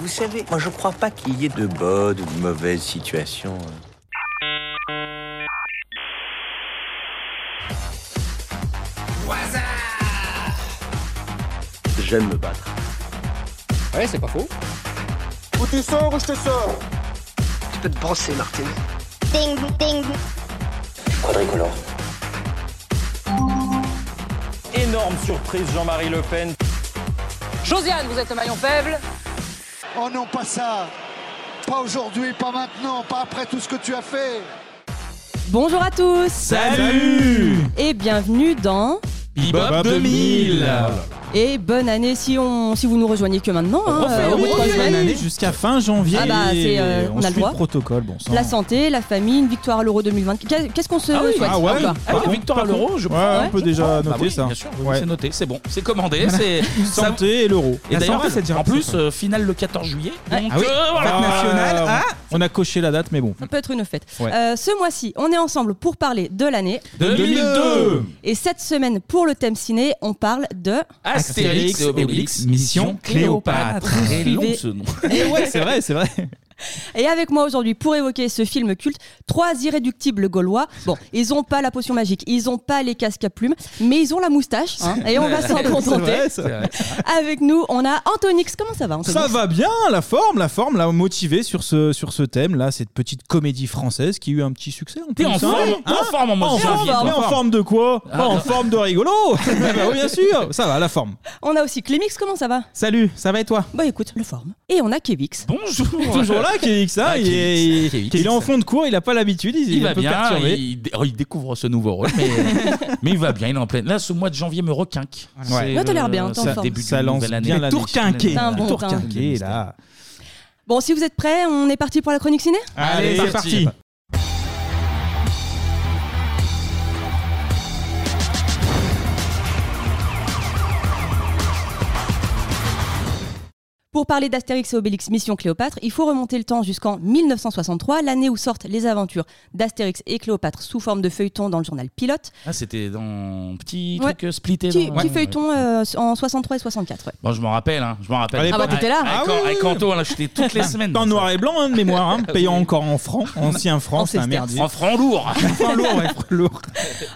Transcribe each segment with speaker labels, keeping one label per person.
Speaker 1: Vous savez, moi je crois pas qu'il y ait de bonnes ou de mauvaises situations. hein. J'aime me battre.
Speaker 2: Ouais, c'est pas faux.
Speaker 3: Ou tu sors ou je te sors
Speaker 4: Tu peux te brosser, Martin.
Speaker 5: Ding, ding,
Speaker 6: quadricolore.
Speaker 7: Énorme surprise Jean-Marie Le Pen.
Speaker 8: Josiane, vous êtes le maillon faible.
Speaker 9: Oh non, pas ça Pas aujourd'hui, pas maintenant, pas après tout ce que tu as fait
Speaker 10: Bonjour à tous Et bienvenue dans...
Speaker 11: Bebop 2000
Speaker 10: Et bonne année si, on... si vous nous rejoignez que maintenant. hein, euh, au bout de trois semaines.
Speaker 11: année jusqu'à fin janvier.
Speaker 10: Ah bah, c'est, euh,
Speaker 11: Et
Speaker 10: on a le
Speaker 11: suit
Speaker 10: droit.
Speaker 11: protocole, bon sang.
Speaker 10: La santé, la famille, une victoire à l'Euro 2024. Qu'est-ce qu'on se
Speaker 2: Ah oui,
Speaker 10: souhaite
Speaker 11: ah ouais,
Speaker 10: encore
Speaker 11: Par
Speaker 2: Ah,
Speaker 11: contre,
Speaker 2: victoire à
Speaker 11: par
Speaker 2: l'euro,
Speaker 11: contre.
Speaker 2: je
Speaker 11: Ouais,
Speaker 2: prends.
Speaker 10: Ouais.
Speaker 11: on peut
Speaker 2: Bah
Speaker 11: déjà noter
Speaker 2: oui,
Speaker 11: ça.
Speaker 2: Bien sûr, oui,
Speaker 11: Ouais.
Speaker 2: c'est noté, c'est bon, c'est commandé, c'est. ça-
Speaker 11: Santé et l'euro.
Speaker 2: Et
Speaker 11: La
Speaker 2: d'ailleurs,
Speaker 11: santé, c'est déjà-
Speaker 2: en plus, euh, finale le 14 juillet. Donc,
Speaker 11: Ah oui.
Speaker 2: euh, voilà.
Speaker 11: Ah,
Speaker 2: nationale,
Speaker 11: euh,
Speaker 2: hein.
Speaker 11: On a coché la date, mais bon.
Speaker 10: Ça peut être une fête.
Speaker 11: Ouais.
Speaker 10: Euh, ce mois-ci, on est ensemble pour parler de l'année.
Speaker 2: 2002.
Speaker 10: Et cette semaine, pour le thème ciné, on parle de...
Speaker 2: Ah, Astérix et Obélix, Mission Cléopâtre. Très long
Speaker 10: Suivez.
Speaker 2: ce nom.
Speaker 11: Et ouais, c'est vrai, c'est vrai.
Speaker 10: Et avec moi aujourd'hui pour évoquer ce film culte, trois irréductibles gaulois. Bon, ils ont pas la potion magique, ils ont pas les casques à plumes, mais ils ont la moustache. hein, et on va s'en
Speaker 11: C'est
Speaker 10: contenter.
Speaker 11: vrai, ça.
Speaker 10: Avec nous, on a Antonix. Comment ça va, Antonix
Speaker 11: Ça va bien, la forme, la forme, la motivée sur ce, sur ce thème, là, cette petite comédie française qui a eu un petit succès. en
Speaker 2: T'es en
Speaker 11: plus, hein.
Speaker 2: forme,
Speaker 11: Hein
Speaker 2: en forme en
Speaker 11: En
Speaker 2: mode
Speaker 11: forme,
Speaker 2: janvier.
Speaker 11: mais en forme de quoi
Speaker 2: Ah,
Speaker 11: Pas Ah, En forme de rigolo Bah oui, bien sûr Ça va, la forme.
Speaker 10: On a aussi Clémix. Comment ça va
Speaker 11: Salut, ça va et toi
Speaker 10: Bah écoute, le forme. Et on a Kévix.
Speaker 2: Bonjour.
Speaker 11: Toujours là, Kévix, ça
Speaker 2: Ah,
Speaker 11: il, est,
Speaker 2: Kévix,
Speaker 11: il-
Speaker 2: Kévix,
Speaker 11: il est en
Speaker 2: ça.
Speaker 11: fond de cours, il a pas l'habitude, il,
Speaker 2: Il
Speaker 11: est un
Speaker 2: va
Speaker 11: peu
Speaker 2: bien,
Speaker 11: perturbé.
Speaker 2: il, oh, il découvre ce nouveau rôle, mais, mais il va bien, il est en pleine. Là, ce mois de janvier me requinque.
Speaker 11: Ouais.
Speaker 2: C'est
Speaker 10: Ouais, t'as
Speaker 2: le-
Speaker 10: l'air bien, t'es en
Speaker 2: c'est le
Speaker 10: forme.
Speaker 2: début
Speaker 11: Ça
Speaker 2: d'une
Speaker 11: lance
Speaker 2: nouvelle année.
Speaker 11: bien
Speaker 2: Le
Speaker 11: la
Speaker 2: tourquinqué.
Speaker 10: T'as un bon
Speaker 11: tour
Speaker 10: teint.
Speaker 11: quinqué, là.
Speaker 10: Bon, si vous êtes prêts, on est parti pour la chronique ciné
Speaker 11: Allez, c'est parti
Speaker 10: Pour parler d'Astérix et Obélix Mission Cléopâtre, il faut remonter le temps jusqu'en 1963, l'année où sortent les aventures d'Astérix et Cléopâtre sous forme de feuilleton dans le journal Pilote.
Speaker 2: Ah, c'était dans petit
Speaker 10: Ouais.
Speaker 2: truc euh, splitté.
Speaker 10: Petit,
Speaker 2: dans-
Speaker 10: petit
Speaker 2: ouais.
Speaker 10: feuilleton euh, en 63 et 64. ouais.
Speaker 2: Bon, je m'en rappelle, hein, je m'en rappelle.
Speaker 11: À l'époque-
Speaker 10: Ah bah, t'étais là.
Speaker 2: Avec,
Speaker 11: Ah
Speaker 2: An-
Speaker 11: oui, oui,
Speaker 2: avec
Speaker 11: oui. Bah,
Speaker 2: Anto, là, j'étais toutes les semaines.
Speaker 11: En noir et blanc, hein, de mémoire, hein, payant encore en francs, ancien franc, c'est un
Speaker 10: sesterce.
Speaker 11: merdier.
Speaker 2: En franc lourd.
Speaker 11: franc lourd, ouais, franc lourd.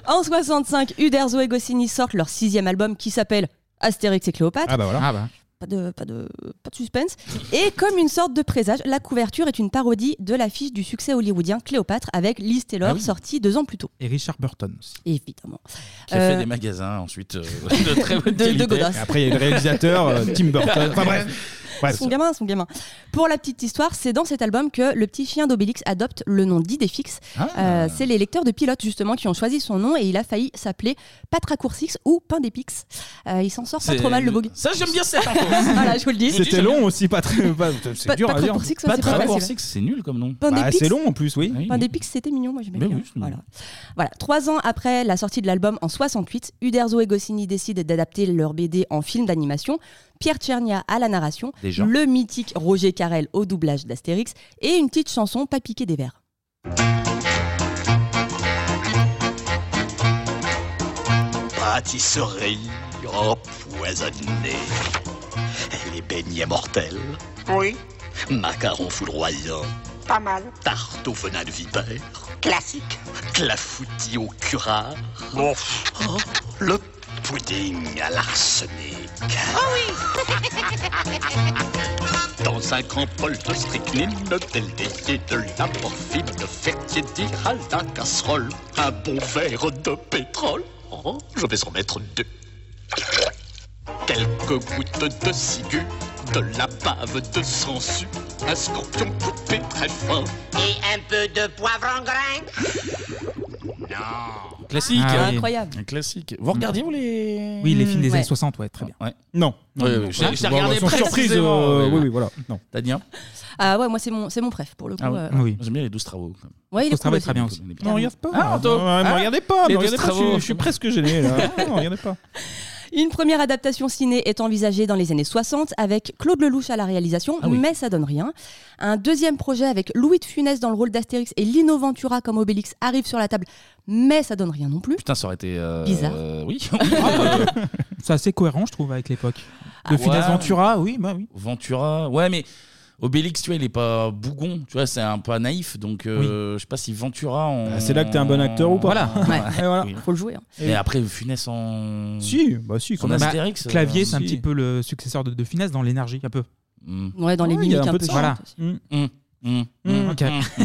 Speaker 10: En 65, Uderzo et Goscinny sortent leur sixième album qui s'appelle Astérix et Cléopâtre.
Speaker 11: Ah bah voilà.
Speaker 10: Pas, de, pas, de, pas de suspense. Et comme une sorte de présage, la couverture est une parodie de l'affiche du succès hollywoodien Cléopâtre avec Liz Taylor
Speaker 11: Ah oui.
Speaker 10: sortie deux ans plus tôt,
Speaker 11: Et Richard Burton.
Speaker 10: évidemment.
Speaker 2: Qui a fait
Speaker 10: Euh,
Speaker 2: des magasins ensuite euh, de très bonne
Speaker 10: de, de
Speaker 2: qualité.
Speaker 10: Godas.
Speaker 11: Et après, il y a eu le réalisateur euh, Tim Burton. Enfin bref. Bref.
Speaker 10: Son gamin, son gamin. Pour la petite histoire, c'est dans cet album que le petit chien d'Obélix adopte le nom d'Idéfix.
Speaker 2: Ah.
Speaker 10: Euh, c'est les lecteurs de pilote justement qui ont choisi son nom et il a failli s'appeler Patracoursix ou Pain d'Épix. Euh, il s'en sort pas
Speaker 2: C'est-
Speaker 10: trop mal le bug.
Speaker 2: Ça, j'aime bien cette info.
Speaker 10: voilà, je vous le dis.
Speaker 11: C'était long aussi, pas très. pas-
Speaker 10: Pas-
Speaker 11: C'est dur à dire.
Speaker 10: Patracoursix, ouais,
Speaker 2: Pas
Speaker 10: c'est pas
Speaker 2: très
Speaker 10: facile.
Speaker 2: corsé, c'est nul comme nom. Ah,
Speaker 10: Pain
Speaker 11: Bah,
Speaker 10: d'Épix,
Speaker 11: c'est long en plus, oui.
Speaker 2: Oui.
Speaker 10: Pain d'Épix, c'était mignon, moi j'aimais
Speaker 2: Mais
Speaker 10: bien.
Speaker 2: oui, c'est mignon.
Speaker 10: voilà. voilà. Trois ans après la sortie de l'album en 68, Uderzo et Goscinny décident d'adapter leur BD en film d'animation. Pierre Tchernia à la narration,
Speaker 2: Déjà.
Speaker 10: le mythique Roger Carrel au doublage d'Astérix et une petite chanson pas piquée des verres.
Speaker 6: Pâtisserie empoisonnée. Les beignets mortels,
Speaker 4: Oui,
Speaker 6: macarons foudroyants,
Speaker 4: pas mal.
Speaker 6: tarte au venin de vipère,
Speaker 4: Classique.
Speaker 6: clafoutis au curare. Oh, le pudding à l'arsenic. Dans un grand bol de strychnine, tel décès de la morphine, fertiédir à la casserole, un bon verre de pétrole. Oh, je vais en mettre deux. Quelques gouttes de ciguë, de la bave de sangsue, un scorpion coupé très fin.
Speaker 4: Et un peu de poivre en grain.
Speaker 2: Classique.
Speaker 11: Ah oui.
Speaker 10: Incroyable.
Speaker 2: Un classique. Vous regardiez, vous les.
Speaker 11: Oui, les films des
Speaker 10: Ouais.
Speaker 11: années 60, ouais, très bien.
Speaker 2: Ouais.
Speaker 11: Non.
Speaker 2: Oui, oui, j'ai- j'ai
Speaker 11: Bon,
Speaker 2: regardé
Speaker 11: sans surprise.
Speaker 2: précisément,
Speaker 11: euh,
Speaker 2: oui,
Speaker 11: Oui,
Speaker 2: oui.
Speaker 11: oui, voilà. Non.
Speaker 2: T'as dit un
Speaker 10: Ah ouais, moi c'est mon, c'est mon préf pour le coup.
Speaker 2: Ah ouais.
Speaker 10: euh,
Speaker 11: Oui.
Speaker 2: J'aime bien les 12 travaux. quand même.
Speaker 10: ouais, il est
Speaker 11: Faut se travailler
Speaker 10: cool
Speaker 11: très bien aussi.
Speaker 2: Il est bien.
Speaker 11: Non, regarde pas.
Speaker 2: Ah, Anto.
Speaker 11: Non, mais
Speaker 2: Ah.
Speaker 11: regardez pas.
Speaker 2: Les
Speaker 11: mais
Speaker 2: deux
Speaker 11: regardez pas, je,
Speaker 2: travaux.
Speaker 11: suis- je suis presque gêné là. Ah, Non, regardez pas.
Speaker 10: Une première adaptation ciné est envisagée dans les années 60 avec Claude Lelouch à la réalisation,
Speaker 2: Ah oui.
Speaker 10: mais ça donne rien. Un deuxième projet avec Louis de Funès dans le rôle d'Astérix et Lino Ventura comme Obélix arrive sur la table, mais ça donne rien non plus.
Speaker 2: Putain, ça aurait été. euh,
Speaker 10: Bizarre.
Speaker 2: euh, oui.
Speaker 11: C'est assez cohérent, je trouve, avec l'époque.
Speaker 10: Ah,
Speaker 11: De Finesse
Speaker 2: ouais.
Speaker 11: Ventura, oui, bah oui.
Speaker 2: Ventura. Ouais, mais Obélix, tu vois, il est pas bougon, tu vois, c'est un peu naïf, donc euh, je sais pas si Ventura. En...
Speaker 11: Ah, c'est là que t'es un bon acteur ou pas.
Speaker 2: Voilà.
Speaker 11: Ouais. Et voilà.
Speaker 10: Faut le jouer.
Speaker 2: Et après, Funès en.
Speaker 11: Si, bah si, quand
Speaker 2: Mmh. En
Speaker 11: même.
Speaker 5: Bah,
Speaker 2: Astérix, euh,
Speaker 5: clavier, c'est un
Speaker 2: si.
Speaker 5: petit peu le successeur de, de Finesse dans l'énergie, un peu.
Speaker 2: Mm.
Speaker 10: Ouais, dans les
Speaker 5: il y a
Speaker 10: mimiques un peu.
Speaker 5: de ça. Voilà.
Speaker 2: Mmh.
Speaker 11: Mmh.
Speaker 5: Mm, ok.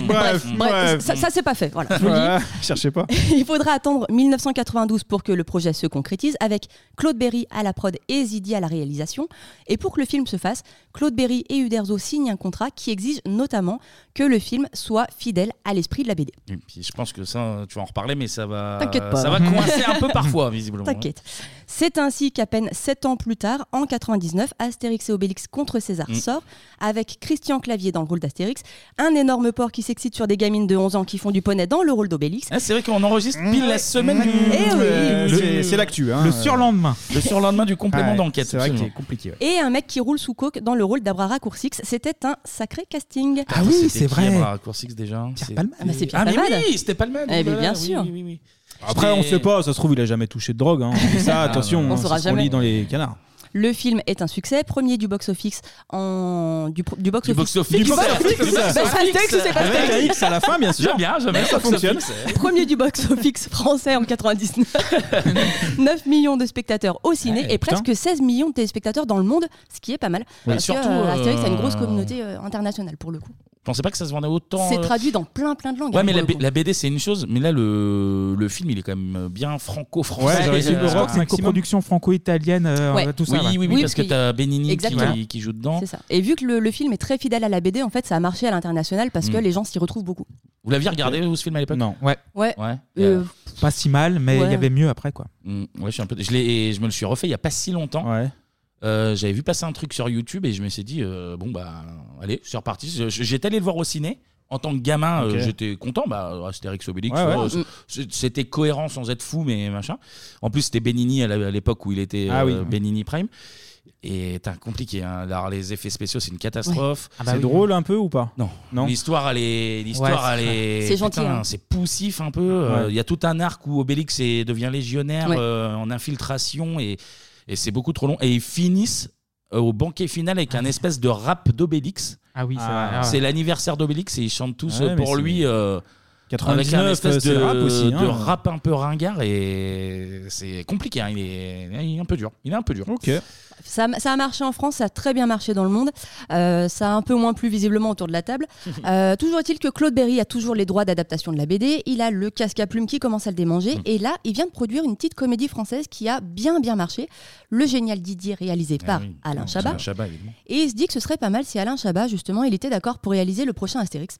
Speaker 10: Bref, bref, ça, ça, c'est pas fait. Voilà, je vous le dis.
Speaker 11: cherchez pas.
Speaker 10: Il faudra attendre 1992 pour que le projet se concrétise, avec Claude Berry à la prod et Zidi à la réalisation. Et pour que le film se fasse, Claude Berry et Uderzo signent un contrat qui exige notamment que le film soit fidèle à l'esprit de la BD.
Speaker 2: Et puis, je pense que ça, tu vas en reparler, mais ça va.
Speaker 10: T'inquiète pas.
Speaker 2: Euh, Ça va coincer un peu parfois, visiblement. hein.
Speaker 10: T'inquiète. C'est ainsi qu'à peine 7 ans plus tard, en 99, Astérix et Obélix contre César
Speaker 2: Mm.
Speaker 10: sort, avec Christian Clavier dans le rôle d'Astérix, un énorme porc qui s'excite sur des gamines de 11 ans qui font du poney dans le rôle d'Obélix.
Speaker 2: Ah, c'est vrai qu'on enregistre pile la semaine du.
Speaker 10: Eh oui.
Speaker 2: Euh,
Speaker 11: Mm. Le-
Speaker 2: du-
Speaker 11: c'est l'actu, hein.
Speaker 5: Le surlendemain.
Speaker 2: Le surlendemain du complément
Speaker 11: Ouais,
Speaker 2: d'enquête.
Speaker 11: c'est vrai que
Speaker 2: absolument.
Speaker 11: c'est compliqué, ouais.
Speaker 10: Et un mec qui roule sous coke dans le rôle d'Abrara Coursix. C'était un sacré casting.
Speaker 5: Ah oui,
Speaker 2: C'était
Speaker 5: c'est
Speaker 2: qui,
Speaker 5: vrai.
Speaker 2: Abra Coursix, déjà C'est-
Speaker 5: Palmade.
Speaker 10: Ah, bah, c'est Pierre
Speaker 2: Ah, mais
Speaker 10: Palmade.
Speaker 2: oui, c'était Palmade.
Speaker 10: Eh bien,
Speaker 2: voilà,
Speaker 10: bien
Speaker 2: oui,
Speaker 10: sûr.
Speaker 2: oui, oui, oui.
Speaker 11: Après, on sait pas, ça se trouve, il a jamais touché de drogue. Hein. Ça, attention,
Speaker 2: Ah,
Speaker 10: On
Speaker 2: bah,
Speaker 11: hein,
Speaker 10: saura
Speaker 11: c'est ce qu'on
Speaker 10: jamais.
Speaker 11: lit dans les canards.
Speaker 10: Le film est un succès, premier du box-office en du, pro- du
Speaker 2: Du
Speaker 10: box-office.
Speaker 2: box-office.
Speaker 11: Du box-office.
Speaker 10: Bah, c'est pas le texte, c'est pas le
Speaker 11: Avec la
Speaker 10: texte.
Speaker 11: X à la fin, bien sûr.
Speaker 2: J'aime bien, j'aime bien.
Speaker 11: Bah,
Speaker 2: eh.
Speaker 11: Ça fonctionne.
Speaker 10: Premier du box-office français en 99. 9 millions de spectateurs au ciné
Speaker 11: Ouais,
Speaker 10: et
Speaker 11: putain.
Speaker 10: presque 16 millions de téléspectateurs dans le monde, ce qui est pas mal.
Speaker 2: Eh, Oui,
Speaker 10: parce
Speaker 2: surtout,
Speaker 10: que euh, Astérix a une
Speaker 2: euh,
Speaker 10: grosse communauté euh, internationale pour le coup.
Speaker 2: Je pensais pas que ça se vendait autant.
Speaker 10: c'est
Speaker 2: euh,
Speaker 10: traduit dans plein plein de langues.
Speaker 2: Ouais,
Speaker 10: hein,
Speaker 2: mais
Speaker 10: pour
Speaker 2: la,
Speaker 10: le
Speaker 2: B-
Speaker 10: coup.
Speaker 2: la BD, c'est une chose, mais là, le, le film, il est quand même bien franco-français.
Speaker 11: Ouais, j'aurais dit le
Speaker 5: Je crois
Speaker 11: rock
Speaker 5: que c'est une
Speaker 11: maximum.
Speaker 5: coproduction franco-italienne, euh,
Speaker 10: Ouais.
Speaker 5: tout ça.
Speaker 2: Oui,
Speaker 5: ouais.
Speaker 2: oui, oui,
Speaker 10: Oui,
Speaker 2: parce que
Speaker 10: parce
Speaker 2: t'as Benigni qui,
Speaker 10: Exactement.
Speaker 2: qui- qui joue dedans.
Speaker 10: C'est ça. Et vu que le, le film est très fidèle à la BD, en fait, ça a marché à l'international parce que
Speaker 2: Mm.
Speaker 10: les gens s'y retrouvent beaucoup.
Speaker 2: Vous l'aviez regardé, vous, ce film à l'époque
Speaker 11: Non.
Speaker 10: Ouais.
Speaker 2: Ouais.
Speaker 10: Euh,
Speaker 5: Pas si mal, mais il
Speaker 10: Ouais.
Speaker 5: y avait mieux après, quoi.
Speaker 2: Mm, ouais, je, suis un peu... je, l'ai- et je me le suis refait il y a pas si longtemps.
Speaker 11: Ouais.
Speaker 2: Euh, J'avais vu passer un truc sur YouTube et je me suis dit, euh, bon, bah, allez, c'est reparti. Je- je- J'étais allé le voir au ciné. En tant que gamin, euh,
Speaker 11: Ok.
Speaker 2: j'étais content. Bah, Astérix Obélix,
Speaker 11: Ouais,
Speaker 2: euh,
Speaker 11: ouais.
Speaker 2: c'est- c'est- c'était cohérent sans être fou, mais machin. En plus, c'était Benigni à la- à l'époque où il était
Speaker 11: Ah
Speaker 2: euh,
Speaker 11: oui.
Speaker 2: Benigni Prime. Et t'as compliqué. hein. Alors, les effets spéciaux, c'est une catastrophe.
Speaker 5: Ah bah
Speaker 11: C'est
Speaker 5: oui.
Speaker 11: drôle un peu ou pas
Speaker 2: Non.
Speaker 11: Non.
Speaker 2: L'histoire, elle est. L'histoire,
Speaker 5: Ouais,
Speaker 2: elle est.
Speaker 10: C'est gentil,
Speaker 2: putain,
Speaker 10: hein.
Speaker 2: C'est poussif un peu. Euh, Il
Speaker 11: Ouais.
Speaker 2: y a tout un arc où Obélix est- devient légionnaire
Speaker 10: Ouais.
Speaker 2: euh, en infiltration et, et c'est beaucoup trop long. Et ils finissent euh, au banquet final avec un espèce de rap d'Obélix.
Speaker 5: Ah oui, c'est
Speaker 11: Ah.
Speaker 5: vrai. ah ouais.
Speaker 2: C'est l'anniversaire d'Obélix et ils chantent tous
Speaker 11: Ouais,
Speaker 2: euh,
Speaker 11: mais
Speaker 2: pour
Speaker 11: c'est-
Speaker 2: lui. euh, avec
Speaker 11: 99,
Speaker 2: un espèce
Speaker 11: c'est
Speaker 2: de,
Speaker 11: le rap aussi. hein.
Speaker 2: de rap un peu ringard et c'est compliqué. hein. Il, est, il est un peu dur. Il est un peu dur.
Speaker 11: Ok.
Speaker 10: Ça, a- ça a marché en France, ça a très bien marché dans le monde. Euh, ça a un peu moins plu visiblement autour de la table. Euh, toujours est-il que Claude Berry a toujours les droits d'adaptation de la BD. Il a le casque à plumes qui commence à le démanger.
Speaker 2: Mm.
Speaker 10: Et là, il vient de produire une petite comédie française qui a bien bien marché. Le génial Didier, réalisé par
Speaker 2: Ah oui.
Speaker 10: Alain
Speaker 2: Non,
Speaker 10: Chabat.
Speaker 2: Alain Chabat, évidemment.
Speaker 10: Et il se dit que ce serait pas mal si Alain Chabat, justement, il était d'accord pour réaliser le prochain Astérix.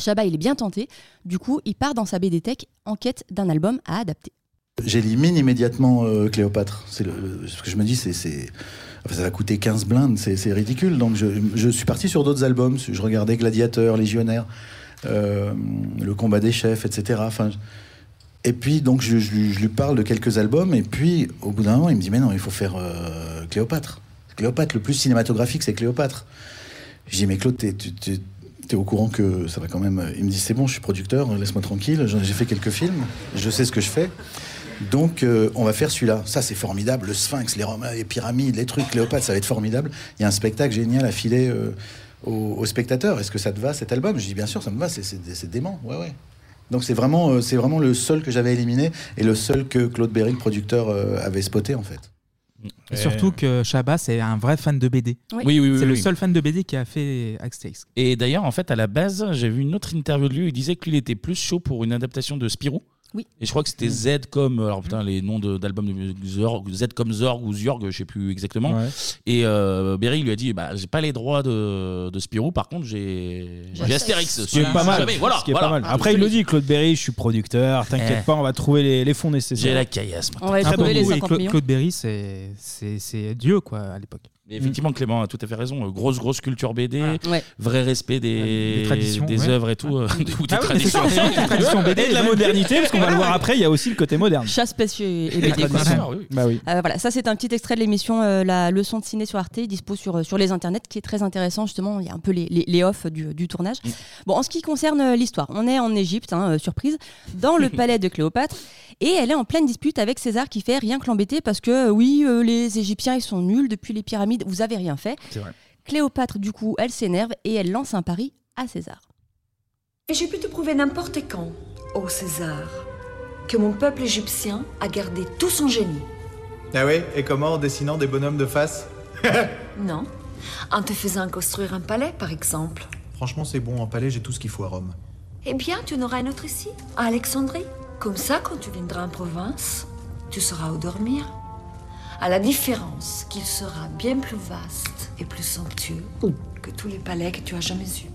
Speaker 10: Chabat, il est bien tenté. Du coup, il part dans sa BD Tech en quête d'un album à adapter.
Speaker 12: J'élimine immédiatement euh, Cléopâtre. C'est le- le- ce que je me dis, c'est- c'est. enfin, ça va coûter 15 blindes, c'est c'est ridicule. Donc je, je suis parti sur d'autres albums. Je regardais Gladiateur, Légionnaire, euh, Le combat des chefs, etc. Enfin, je- et puis, donc, je, je lui- je lui parle de quelques albums. Et puis, au bout d'un moment, il me dit Mais non, il faut faire euh, Cléopâtre. Cléopâtre, le plus cinématographique, c'est Cléopâtre. Je dis Mais Claude, t'es- tu- tu- T'es au courant que ça va quand même. euh, Il me dit c'est bon, je suis producteur, laisse-moi tranquille. J'en- J'ai fait quelques films, je sais ce que je fais. Donc, euh, on va faire celui-là. Ça, c'est formidable. Le Sphinx, les, Romains, les pyramides, les trucs, Cléopâtre, ça va être formidable. Il y a un spectacle génial à filer euh, aux, aux spectateurs. Est-ce que ça te va, cet album Je dis, bien sûr, ça me va. C'est- C'est c'est dément. Ouais, ouais. Donc, c'est vraiment, euh, c'est vraiment le seul que j'avais éliminé et le seul que Claude Berry, le producteur, euh, avait spoté, en fait.
Speaker 5: Et Surtout que Chabat, c'est un vrai fan de BD.
Speaker 10: Oui.
Speaker 2: Oui, oui, oui.
Speaker 5: c'est le
Speaker 2: oui.
Speaker 5: seul fan de BD qui a fait Astérix.
Speaker 2: Et d'ailleurs, en fait, à la base, j'ai vu une autre interview de lui. où Il disait qu'il était plus chaud pour une adaptation de Spirou.
Speaker 10: Oui.
Speaker 2: Et je crois que
Speaker 11: Mm.
Speaker 2: c'était Z comme. Alors putain, les noms de- d'albums de, musique, Zorg, Z comme Zorg ou Zorg, je sais plus exactement.
Speaker 11: Ouais.
Speaker 2: Et euh, Berry lui a dit bah, j'ai pas les droits de, de Spirou, par contre, j'ai
Speaker 10: J'ai
Speaker 2: j'ai
Speaker 10: Astérix.
Speaker 2: Astérix.
Speaker 11: Ce qui est
Speaker 2: Voilà,
Speaker 11: pas mal.
Speaker 2: jamais, voilà,
Speaker 11: Ce qui est
Speaker 2: voilà. Ah,
Speaker 11: pas mal. Après, il le dit, Claude Berry, je suis producteur,
Speaker 2: Eh.
Speaker 11: t'inquiète pas, on va trouver les, les fonds
Speaker 2: J'ai
Speaker 11: nécessaires.
Speaker 2: la caillasse. moi.
Speaker 10: On va
Speaker 5: Ah
Speaker 10: trouver
Speaker 5: bon,
Speaker 10: les
Speaker 5: oui,
Speaker 10: 50
Speaker 5: Cla-
Speaker 10: millions.
Speaker 5: Claude Berry, c'est- c'est c'est Dieu, quoi, à l'époque.
Speaker 2: Mais Effectivement, Clément a tout à fait raison. Euh, Grosse, grosse culture BD,
Speaker 10: Ah, Ouais.
Speaker 2: vrai respect
Speaker 11: Ah,
Speaker 2: des,
Speaker 5: Des traditions,
Speaker 2: des
Speaker 5: ouais.
Speaker 2: œuvres et tout, euh, des- ou des
Speaker 5: Ah oui, mais c'est
Speaker 2: traditions.
Speaker 5: ça, c'est une tradition BD.
Speaker 11: Et de la modernité, parce qu'on va le voir après, il y a aussi le côté moderne.
Speaker 10: Chasse, pêche et, et
Speaker 2: Des
Speaker 10: BD, quoi.
Speaker 2: traditions, Ah, oui, oui.
Speaker 11: Bah oui.
Speaker 10: Euh, voilà, ça c'est un petit extrait de l'émission euh, La leçon de ciné sur Arte, dispo sur, euh, sur les internets, qui est très intéressant justement. Il y a un peu les, les, les offs du, du tournage. Bon, en ce qui concerne euh, l'histoire, on est en Égypte, hein, euh, surprise, dans le palais de Cléopâtre, et elle est en pleine dispute avec César qui fait rien que l'embêter parce que euh, oui, euh, les Égyptiens ils sont nuls depuis les pyramides, vous avez rien fait. Cléopâtre, du coup, elle s'énerve et elle lance un pari à César.
Speaker 13: Mais j'ai pu te prouver n'importe quand, ô César, que mon peuple égyptien a gardé tout son génie.
Speaker 14: Ah ouais Et comment En dessinant des bonhommes de face
Speaker 13: Non En te faisant construire un palais, par exemple.
Speaker 14: Franchement, c'est bon, en palais, j'ai tout ce qu'il faut à Rome.
Speaker 13: Eh bien, tu en auras un autre ici, à Alexandrie. Comme ça, quand tu viendras en province, tu sauras où dormir. À la différence qu'il sera bien plus vaste et plus somptueux que tous les palais que tu as jamais eus.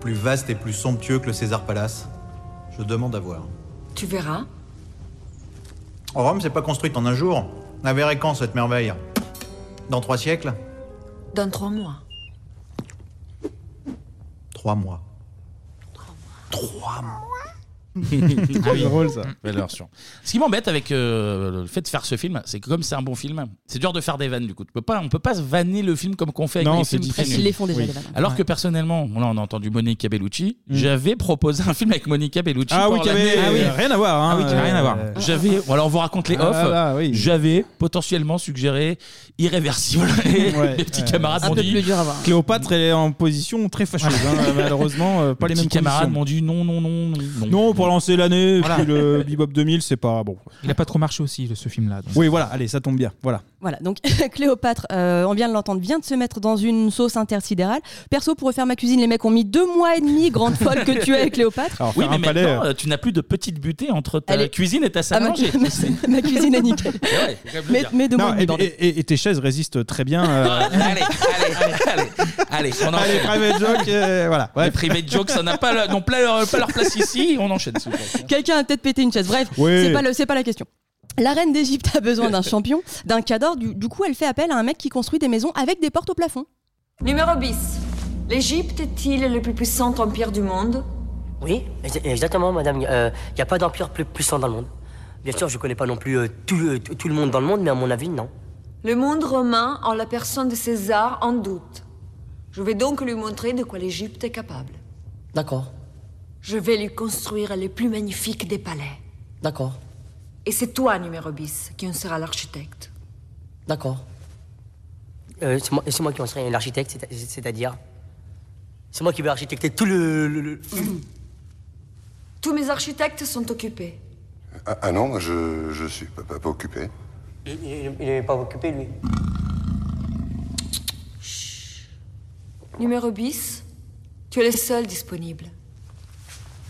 Speaker 14: Plus vaste et plus somptueux que le César Palace. Je demande à voir.
Speaker 13: Tu verras.
Speaker 14: En Rome, c'est pas construite en un jour. La verrez quand, cette merveille Dans trois siècles
Speaker 13: Dans trois mois.
Speaker 14: Trois mois. Trois mois
Speaker 2: Ah oui.
Speaker 11: drôle, ça.
Speaker 2: Belle version. Ce qui m'embête avec euh, le fait de faire ce film, c'est que comme c'est un bon film, c'est dur de faire des vannes du coup. Tu peux pas, on peut pas se vanner le film comme qu'on fait avec
Speaker 11: Non,
Speaker 2: les
Speaker 11: c'est
Speaker 2: films très
Speaker 11: difficile.
Speaker 2: nuls.
Speaker 11: Ils les font déjà, Oui. les vannes.
Speaker 2: Alors que
Speaker 11: Ouais.
Speaker 2: personnellement, là on a entendu Monica Bellucci, j'avais proposé un film avec Monica Bellucci.
Speaker 11: Ah oui,
Speaker 2: pour
Speaker 11: qui avait-
Speaker 2: l'année-
Speaker 11: ah oui, rien à voir, hein,
Speaker 2: Ah oui, qui avait rien à voir.
Speaker 11: euh,
Speaker 2: J'avais, bon, alors on vous raconte les
Speaker 11: Ah
Speaker 2: off.
Speaker 11: là là,
Speaker 2: J'avais potentiellement suggéré Irréversible. Et les petits camarades
Speaker 11: Ah,
Speaker 2: m'ont dit.
Speaker 11: Cléopâtre est en position très fâcheuse, hein, malheureusement, euh, pas les,
Speaker 2: petits
Speaker 11: mêmes
Speaker 2: camarades
Speaker 11: conditions.
Speaker 2: m'ont dit non, non, non, non. non.
Speaker 11: Non, pour lancer l'année,
Speaker 2: Voilà.
Speaker 11: puis le Bebop 2000, c'est pas bon.
Speaker 5: Il a pas trop marché aussi, le- ce film-là. donc.
Speaker 11: Oui, voilà, allez, ça tombe bien, voilà.
Speaker 10: Voilà, donc Cléopâtre, euh, on vient de l'entendre, vient de se mettre dans une sauce intersidérale. Perso, pour refaire ma cuisine, les mecs ont mis deux mois et demi, grande folle que tu es, Cléopâtre.
Speaker 2: oui, mais maintenant, euh, tu n'as plus de petite butée entre ta
Speaker 10: Elle est-
Speaker 2: cuisine et ta salle à
Speaker 10: Ah, ma-
Speaker 2: manger.
Speaker 10: ma- ma cuisine est nickel. Mais- mais de
Speaker 11: Non,
Speaker 10: moins de
Speaker 11: et,
Speaker 10: bordel.
Speaker 11: et- et- et tes chaises résistent très bien. euh,
Speaker 2: allez, allez, allez, allez, allez, on enchaîne.
Speaker 11: Allez, private joke, euh, voilà.
Speaker 2: Les private jokes, ça n'a pas, leur- n'ont pas leur, pas leur place ici. On enchaîne. s'il vous plaît.
Speaker 10: Quelqu'un a peut-être pété une chaise. Bref,
Speaker 2: Oui.
Speaker 10: c'est pas le- c'est pas, la question. La reine d'Égypte a besoin d'un champion, d'un cador. Du, du coup, elle fait appel à un mec qui construit des maisons avec des portes au plafond.
Speaker 13: Numéro 10. L'Égypte est-il le plus puissant empire du monde
Speaker 15: Oui, ex- exactement, madame. Il n'y a pas d'empire plus puissant dans le monde. Bien sûr, je connais pas non plus euh, tout, le- tout- tout le monde dans le monde, mais à mon avis, non.
Speaker 13: Le monde romain, en la personne de César, en doute. Je vais donc lui montrer de quoi l'Égypte est capable.
Speaker 15: D'accord,
Speaker 13: Je vais lui construire les plus magnifiques des palais.
Speaker 15: d'accord,
Speaker 13: Et c'est toi, numéro 10, qui en sera l'architecte.
Speaker 15: d'accord. Euh, c'est moi, c'est moi qui en serai l'architecte, c'est- c'est- c'est-à-dire. C'est moi qui vais architecter tout le. le- le-
Speaker 13: Tous mes architectes sont occupés.
Speaker 16: Ah, ah non, moi, je, je suis pas, pas- pas occupé.
Speaker 15: Il, il- il est pas occupé, lui.
Speaker 13: Numéro 10, tu es le seul disponible.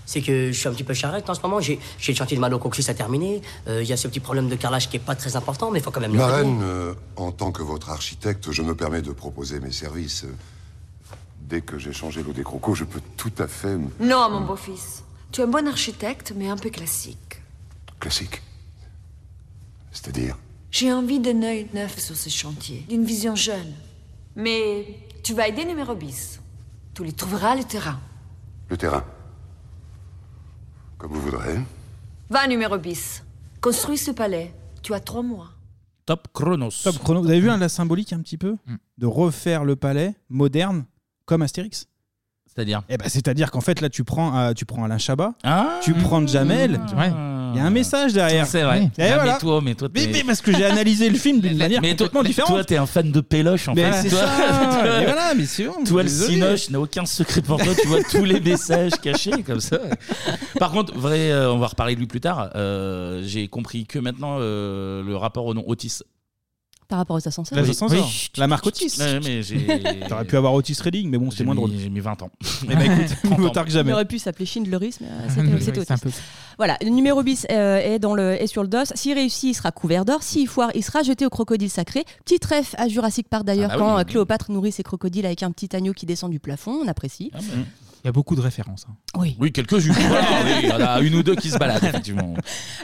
Speaker 15: C'est que je suis un petit peu charrette en ce moment. J'ai j'ai le chantier de Malo Cocus à terminer. Euh, Il y a ce petit problème de carrelage qui est pas très important, mais il faut quand même le
Speaker 16: La
Speaker 15: régler.
Speaker 16: reine, euh, en tant que votre architecte, je me permets de proposer mes services. Euh, Dès que j'ai changé l'eau des crocos, je peux tout à fait... me-
Speaker 13: Non, mon beau-fils. Tu es un bon architecte, mais un peu classique.
Speaker 16: Classique. C'est-à-dire
Speaker 13: J'ai envie d'un œil neuf sur ce chantier, d'une vision jeune. Mais tu vas aider numéro 10. Tu lui trouveras le terrain.
Speaker 16: le terrain. Comme vous voudrez.
Speaker 13: Va, numéro 10. Construis ce palais. Tu as trois mois.
Speaker 2: Top Chronos. Hmm.
Speaker 11: Top Chrono. Vous avez vu hein, la symbolique un petit peu De refaire le palais moderne comme Astérix
Speaker 2: C'est-à-dire
Speaker 11: eh ben, C'est-à-dire qu'en fait, là, tu prends, euh, tu prends Alain Chabat,
Speaker 2: Ah.
Speaker 11: tu prends Jamel. Il y a un message derrière.
Speaker 2: C'est vrai.
Speaker 11: Et
Speaker 2: Ah, mais
Speaker 11: voilà.
Speaker 2: toi, mais toi,
Speaker 11: Mais-
Speaker 2: t'es-
Speaker 11: mais parce que j'ai analysé le film d'une manière
Speaker 2: mais toi-
Speaker 11: complètement
Speaker 2: mais
Speaker 11: différente.
Speaker 2: Toi, t'es un fan de Péloche, en
Speaker 11: Mais
Speaker 2: fait.
Speaker 11: c'est
Speaker 2: Toi-
Speaker 11: ça.
Speaker 2: toi-
Speaker 11: Et voilà, mais c'est vrai,
Speaker 2: Toi, le
Speaker 11: désolé.
Speaker 2: Cinoche n'a aucun secret pour toi. Tu vois tous les messages cachés comme ça. Par contre, vrai, euh, on va reparler de lui plus tard. Euh, J'ai compris que maintenant, euh, le rapport au nom Otis.
Speaker 10: Par rapport aux ascenseurs.
Speaker 11: La, chanson, ça. la marque Otis.
Speaker 2: Ouais, mais j'ai-
Speaker 11: T'aurais pu avoir Otis Redding, mais bon, c'était moins drôle.
Speaker 2: J'ai mis 20 ans.
Speaker 11: Eh ben,
Speaker 2: Bah,
Speaker 11: écoute,
Speaker 2: 30
Speaker 11: mieux
Speaker 2: ans.
Speaker 11: tard que jamais.
Speaker 10: Il aurait pu s'appeler Schindleris, mais euh,
Speaker 11: Oui,
Speaker 10: c'était- c'était
Speaker 11: c'est un peu-
Speaker 10: autiste. Voilà, le numéro 10 euh, est, dans le, est sur le dos. S'il réussit, il sera couvert d'or. S'il foire, il sera jeté au crocodile sacré. Petit ref à Jurassic Park d'ailleurs,
Speaker 5: Ah bah
Speaker 10: quand
Speaker 5: oui.
Speaker 10: euh, Cléopâtre nourrit ses crocodiles avec un petit agneau qui descend du plafond, on apprécie.
Speaker 2: Ah bah.
Speaker 5: Il y a beaucoup de références. hein.
Speaker 10: Oui.
Speaker 2: Oui, quelques jus. Voilà, oui, Il y en a une ou deux qui se baladent, effectivement.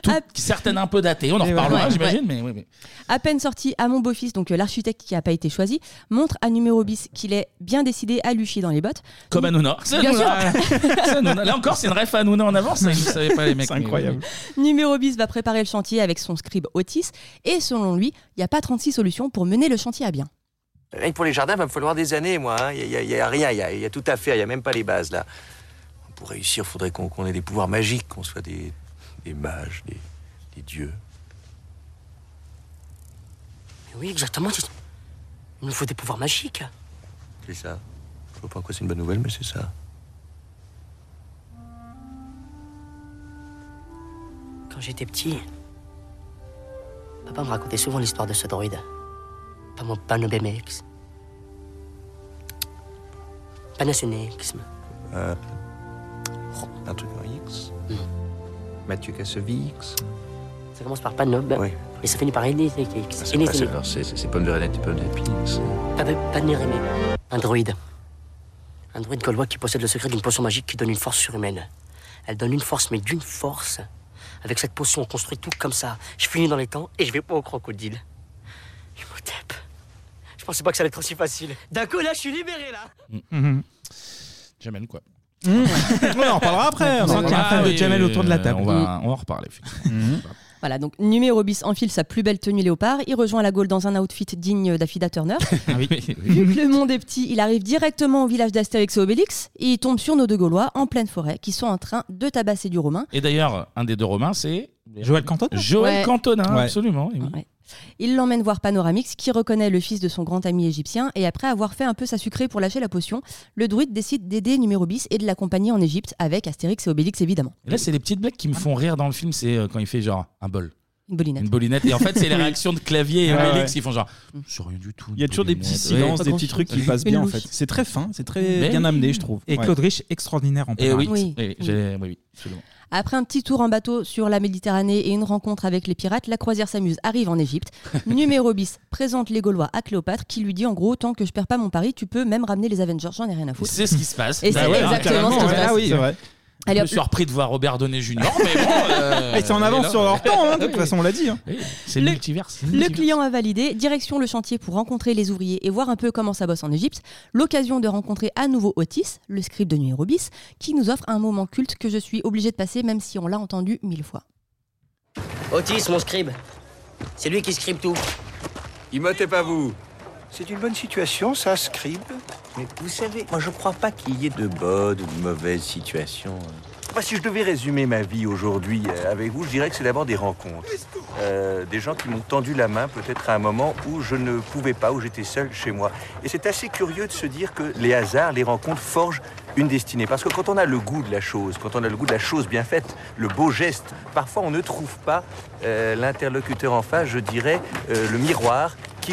Speaker 2: Tout- certaines un peu datées. On en
Speaker 10: Ah. Et voilà.
Speaker 2: reparlera,
Speaker 10: Ouais,
Speaker 2: j'imagine.
Speaker 10: ouais.
Speaker 2: Mais, oui, mais-
Speaker 10: À peine sorti à mon beau-fils, donc euh, l'architecte qui n'a pas été choisi, montre à numéro 10 qu'il est bien décidé à lui chier dans les bottes.
Speaker 2: Comme Hanouna. C'est
Speaker 10: Bien
Speaker 2: Hanouna.
Speaker 10: sûr.
Speaker 2: C'est Hanouna. Là encore, c'est une ref à Hanouna en avance. Ils ne savaient pas, les mecs.
Speaker 11: C'est incroyable.
Speaker 10: Numéro 10 va préparer le chantier avec son scribe Otis. Et selon lui, il n'y a pas 36 solutions pour mener le chantier à bien.
Speaker 17: Rien que pour les jardins, va me falloir des années, moi. Il n'y a, rien, il y a, y a tout à faire, il n'y a même pas les bases, là. Pour réussir, il faudrait qu'on qu'on ait des pouvoirs magiques, qu'on soit des, des mages, des, des dieux.
Speaker 15: Oui, exactement. c'est- Il nous faut des pouvoirs magiques.
Speaker 17: C'est ça. Je vois pas en quoi c'est une bonne nouvelle, mais c'est ça.
Speaker 15: Quand j'étais petit, papa me racontait souvent l'histoire de ce droïde. Pas mon panobemex. Panassénexme.
Speaker 17: Euh, un truc en X. Mathieu Kassovix.
Speaker 15: Ça commence par panob.
Speaker 17: Oui. Ah,
Speaker 15: Et ça finit par Enésénix.
Speaker 17: C'est pas ça, alors, c'est- c'est c'est pommes de renette et pommes d'épines.
Speaker 15: Panérémé. Un droïde. Un droïde gaulois qui possède le secret d'une potion magique qui donne une force surhumaine. Elle donne une force, mais d'une force. Avec cette potion, on construit tout comme ça. Je finis dans les temps et je vais pas au crocodile. Imhotep. Je pensais pas que ça allait être aussi facile. D'un coup, là, je suis libéré, là.
Speaker 2: Mm.
Speaker 11: Mhm.
Speaker 2: Jamel, quoi.
Speaker 11: Ouais, on en reparlera après.
Speaker 2: On sent qu'il y a un fan de Jamel autour de la table.
Speaker 11: va-
Speaker 2: on va en reparler.
Speaker 10: Voilà, donc numéro bis enfile sa plus belle tenue léopard. Il rejoint la Gaule dans un outfit digne d'Affida Turner.
Speaker 11: Ah
Speaker 10: Vu que le monde est petit, il arrive directement au village d'Astérix et Obélix et il tombe sur nos deux Gaulois en pleine forêt qui sont en train de tabasser du Romain.
Speaker 2: Et d'ailleurs, un des deux Romains, c'est. Joël Cantona. Joël
Speaker 10: Ouais.
Speaker 2: Cantona,
Speaker 10: Ouais.
Speaker 2: absolument. et oui.
Speaker 10: Il l'emmène voir Panoramix qui reconnaît le fils de son grand ami égyptien et après avoir fait un peu sa sucrée pour lâcher la potion, le druide décide d'aider numéro bis et de l'accompagner en Égypte avec Astérix et Obélix évidemment.
Speaker 2: Et là, c'est les petites blagues qui me font rire dans le film. C'est euh, quand il fait genre un bol.
Speaker 10: Une bolinette.
Speaker 2: Une bolinette. Et en fait, c'est les
Speaker 11: Oui.
Speaker 2: réactions de clavier et
Speaker 5: Ah
Speaker 11: Ouais,
Speaker 2: Obélix
Speaker 11: Ah ouais.
Speaker 2: qui font genre. C'est rien du tout.
Speaker 11: Il y a toujours des petits silences, des petits trucs qui passent bien en fait. C'est très fin, hein, c'est très
Speaker 2: Mais
Speaker 11: bien
Speaker 2: oui.
Speaker 11: amené, je trouve.
Speaker 5: Et
Speaker 11: Ouais.
Speaker 5: Claude Rich, extraordinaire en
Speaker 2: Et oui,
Speaker 5: préparation.
Speaker 2: oui, oui, j'ai- oui, oui, absolument.
Speaker 10: Après un petit tour en bateau sur la Méditerranée et une rencontre avec les pirates, la croisière s'amuse, arrive en Égypte. Numéro bis présente les Gaulois à Cléopâtre qui lui dit en gros tant que je perds pas mon pari, tu peux même ramener les Avengers, j'en ai rien à foutre.
Speaker 2: C'est ce qui se passe. Bah hein,
Speaker 10: Et c'est exactement ce qui se
Speaker 11: Ah
Speaker 10: passe. Allez,
Speaker 2: Je me
Speaker 10: hop.
Speaker 2: suis surpris de voir Robert Downey Jr. Mais bon. euh,
Speaker 11: Et c'est en
Speaker 2: il est
Speaker 11: avance
Speaker 2: là.
Speaker 11: sur leur temps, hein, de toute
Speaker 2: Oui.
Speaker 11: façon, on l'a dit. hein.
Speaker 2: Oui, C'est le multiverse.
Speaker 10: Le client a validé, direction le chantier pour rencontrer les ouvriers et voir un peu comment ça bosse en Égypte. L'occasion de rencontrer à nouveau Otis, le script de Numéro bis, qui nous offre un moment culte que je suis obligée de passer même si on l'a entendu mille fois.
Speaker 15: Otis, mon scribe. C'est lui qui scribe tout.
Speaker 17: Imotez pas vous. C'est une bonne situation, ça, scribe. Mais vous savez, moi je crois pas qu'il y ait de bonnes ou de mauvaises situations. Bah, si je devais résumer ma vie aujourd'hui euh, avec vous, je dirais que c'est d'abord des rencontres. Euh, des gens qui m'ont tendu la main peut-être à un moment où je ne pouvais pas, où j'étais seul chez moi. Et c'est assez curieux de se dire que les hasards, les rencontres forgent une destinée. Parce que quand on a le goût de la chose, quand on a le goût de la chose bien faite, le beau geste, parfois on ne trouve pas euh, l'interlocuteur en face, je dirais euh, le miroir qui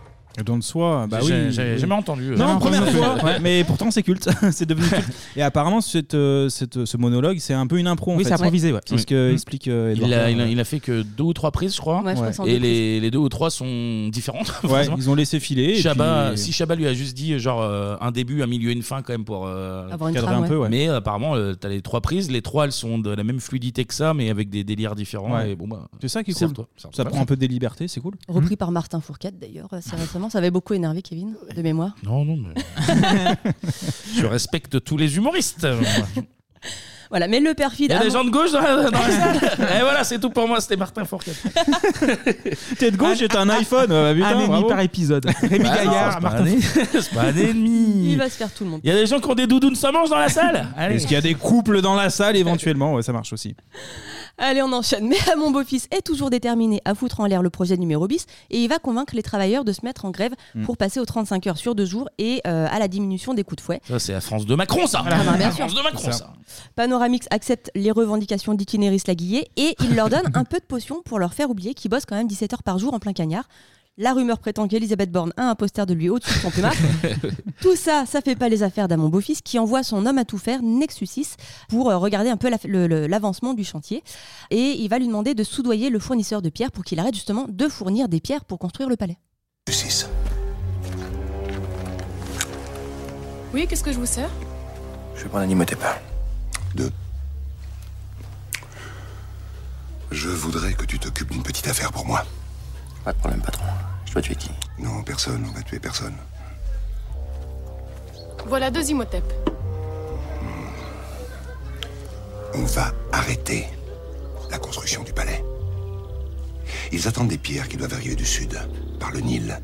Speaker 11: Le don de soi, bah
Speaker 2: J'ai-
Speaker 11: oui.
Speaker 2: j'ai
Speaker 11: oui.
Speaker 2: jamais entendu, euh,
Speaker 11: Non,
Speaker 2: ça.
Speaker 11: première fois.
Speaker 2: Ouais.
Speaker 11: Mais pourtant, c'est culte. c'est devenu culte. Et apparemment, cette, euh, cette- ce monologue, c'est un peu une impro. en
Speaker 2: Oui,
Speaker 11: fait.
Speaker 2: c'est improvisé, ouais.
Speaker 11: C'est ce que
Speaker 2: Oui.
Speaker 11: explique euh,
Speaker 2: Il
Speaker 11: Edward
Speaker 2: a,
Speaker 11: Burr.
Speaker 2: il, a, il a fait que deux ou trois prises, je crois.
Speaker 11: Ouais, je crois que c'est en
Speaker 2: Et
Speaker 11: deux
Speaker 2: les, les deux ou trois sont différentes.
Speaker 11: Ouais,
Speaker 2: forcément.
Speaker 11: ils ont laissé filer. et
Speaker 2: Chabat-
Speaker 11: puis-
Speaker 2: Si Chabat lui a juste dit genre euh, un début, un milieu, une fin quand même pour euh,
Speaker 11: Avoir une Cadrer trame, un ouais. peu, ouais.
Speaker 2: Mais euh, apparemment, tu t'as les trois prises. Les trois, elles sont de la même fluidité que ça, mais avec des délires différents.
Speaker 11: Ouais.
Speaker 2: et bon, bah,
Speaker 11: C'est ça qui est cool.
Speaker 2: serre-toi, serre-toi.
Speaker 11: Ça prend un peu des libertés, c'est cool.
Speaker 2: Hmm.
Speaker 10: Repris par Martin Fourcade d'ailleurs, assez récemment. Ça avait beaucoup énervé Kevin, de mémoire.
Speaker 2: Non, non, mais. Je respecte tous les humoristes.
Speaker 10: Voilà, mais le
Speaker 2: Il
Speaker 10: perfide.
Speaker 2: y a des
Speaker 10: avant-
Speaker 2: gens de gauche dans la, dans la salle. Et voilà, c'est tout pour moi. C'était Martin Fourcade.
Speaker 11: T'es de gauche, j'ai un iPhone. euh, putain,
Speaker 2: un ennemi
Speaker 11: bravo.
Speaker 2: par épisode. Rémi
Speaker 11: Bah non,
Speaker 2: Gaillard,
Speaker 11: c'est pas
Speaker 2: Martin
Speaker 11: un ennemi.
Speaker 2: C'est pas un ennemi.
Speaker 10: Il va se faire tout le monde.
Speaker 2: Il y a des gens qui ont des doudounes, ça mange dans la salle. Allez.
Speaker 11: Est-ce qu'il y a des couples dans la salle éventuellement Ouais, ça marche aussi.
Speaker 10: Allez, on enchaîne. Mais mon beau-fils est toujours déterminé à foutre en l'air le projet numéro bis et il va convaincre les travailleurs de se mettre en grève
Speaker 2: Mm.
Speaker 10: pour passer aux 35 heures sur deux jours et euh, à la diminution des coups de fouet.
Speaker 2: Ça, c'est la France de Macron, ça.
Speaker 10: Ah bah, bien
Speaker 2: la
Speaker 10: sûr.
Speaker 2: France de Macron,
Speaker 10: C'est ça.
Speaker 2: ça.
Speaker 10: Panoramix accepte les revendications d'Itinéris Laguillet et il leur donne un peu de potion pour leur faire oublier qu'ils bossent quand même 17 heures par jour en plein cagnard. La rumeur prétend qu'Elisabeth Borne a un poster de lui au-dessus de son plumard. tout ça, ça fait pas les affaires d'un mon beau-fils qui envoie son homme à tout faire, Nexus 6, pour euh, regarder un peu la- le- le- l'avancement du chantier. Et il va lui demander de soudoyer le fournisseur de pierres pour qu'il arrête justement de fournir des pierres pour construire le palais.
Speaker 18: Oui, qu'est-ce que je vous sers
Speaker 16: Je vais prendre un imotépin. Deux. Je voudrais que tu t'occupes d'une petite affaire pour moi. Pas de problème, patron. Je dois tuer qui Non, personne. On va tuer personne.
Speaker 18: Voilà deux imhotep.
Speaker 16: On va arrêter la construction du palais. Ils attendent des pierres qui doivent arriver du sud, par le Nil.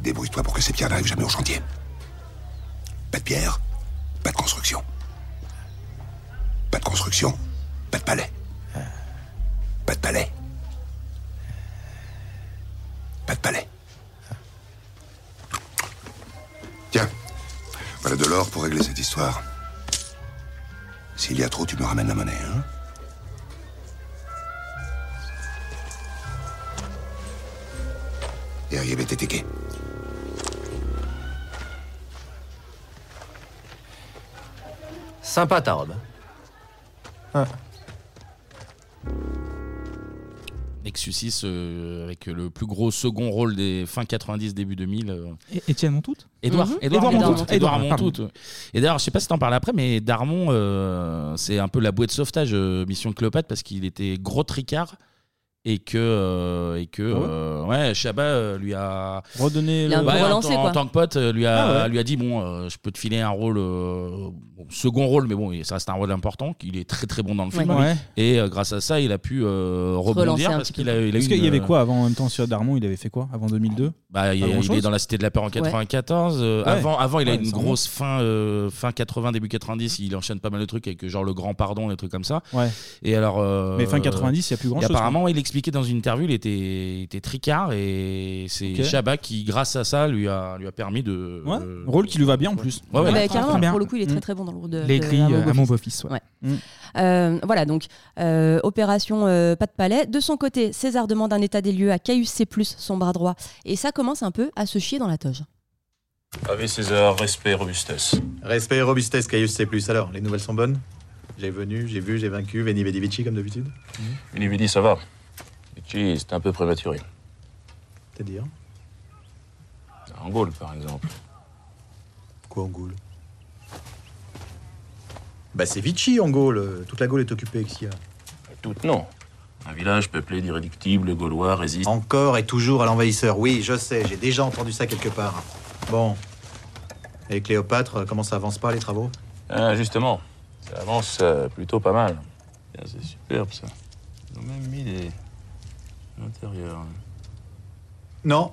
Speaker 16: Débrouille-toi pour que ces pierres n'arrivent jamais au chantier. Pas de pierres, pas de construction. Pas de construction, pas de palais. Pas de palais. Pas de palais. Tiens, voilà de l'or pour régler cette histoire. S'il y a trop, tu me ramènes la monnaie, hein Et arrivé TTK.
Speaker 19: Sympa ta robe.
Speaker 2: Nexus 6 euh, avec le plus gros second rôle des fins 90 début 2000 euh,
Speaker 5: Et- Étienne Montout
Speaker 11: Mhm.
Speaker 2: Édouard, Mhm. Édouard,
Speaker 5: Édouard
Speaker 2: Montout.
Speaker 5: Montout.
Speaker 2: Édouard
Speaker 5: Édouard,
Speaker 2: Montout. Et d'ailleurs, je sais pas si t'en parles après, mais Darmon, euh, c'est un peu la bouée de sauvetage euh, Mission Cléopâtre parce qu'il était gros tricard et que euh, et que
Speaker 11: Ah ouais
Speaker 2: euh, ouais, Chabat euh, lui a
Speaker 11: Redonner
Speaker 2: Ouais,
Speaker 11: le-
Speaker 2: en tant- en, tant que pote euh, lui a
Speaker 11: Ah ouais.
Speaker 2: lui a dit bon euh, je peux te filer un rôle euh, bon, second rôle mais bon ça reste un rôle important qu'il est très très bon dans le film
Speaker 11: Ouais. Ouais.
Speaker 2: et euh, grâce à ça il a pu euh, rebondir parce qu'il a, il a eu
Speaker 11: Parce qu'il
Speaker 2: une- euh,
Speaker 11: y avait quoi avant en même temps sur Darmon Il avait fait quoi avant 2002
Speaker 2: bah, il,
Speaker 11: Pas
Speaker 2: il
Speaker 11: grand-chose
Speaker 2: est dans la Cité de la Peur en 94. euh,
Speaker 11: Ouais.
Speaker 2: Avant, avant, il a
Speaker 11: Ouais,
Speaker 2: une
Speaker 11: ça
Speaker 2: grosse fin, euh, fin 80, début 90. Il enchaîne pas mal de trucs avec euh, genre le Grand Pardon, des trucs comme ça.
Speaker 11: Ouais.
Speaker 2: Et alors. euh,
Speaker 11: Mais fin 90, il y a plus
Speaker 2: et
Speaker 11: grand-chose,
Speaker 2: Apparemment, il expliquait dans une interview, il était, il était tricard et c'est
Speaker 11: Ok.
Speaker 2: Chabat qui, grâce à ça, lui a, lui a permis de. euh,
Speaker 11: Ouais.
Speaker 2: de-
Speaker 11: Rôle qui lui va bien en plus.
Speaker 2: Ouais, ouais.
Speaker 10: Ah bah,
Speaker 2: Très,
Speaker 10: carrément,
Speaker 2: très bien.
Speaker 10: pour le coup, il est
Speaker 2: Mm.
Speaker 10: très très bon dans le rôle de.
Speaker 2: Il a écrit,
Speaker 10: de Hamon
Speaker 2: euh,
Speaker 10: Bofis.
Speaker 2: Hamon Bofis, ouais. Mm.
Speaker 10: Ouais. Euh, voilà, donc euh, opération euh, pas de palais. De son côté, César demande un état des lieux à Caius C, son bras droit. Et ça commence un peu à se chier dans la toge.
Speaker 20: Ave César, respect, robustesse.
Speaker 14: Respect et robustesse, Caius C. Alors, les nouvelles sont bonnes J'ai venu, j'ai vu, j'ai vaincu, Veni Vidi Vici comme d'habitude
Speaker 20: Vidi Vidi, ça va. Vici, c'est un peu prématuré.
Speaker 14: C'est-à-dire
Speaker 20: En Gaule, par exemple.
Speaker 14: Quoi en Gaule Bah, c'est Vici en Gaule. Toute la Gaule est occupée ici.
Speaker 20: Toute, non. Un village peuplé d'irréductibles gaulois résiste.
Speaker 14: Encore et toujours à l'envahisseur. Oui, je sais, j'ai déjà entendu ça quelque part. Bon. Et Cléopâtre, euh, comment ça avance pas les travaux
Speaker 20: Ah, justement, ça avance euh, plutôt pas mal. Tiens, C'est superbe, ça. Ils ont même mis des... à l'intérieur.
Speaker 14: Non.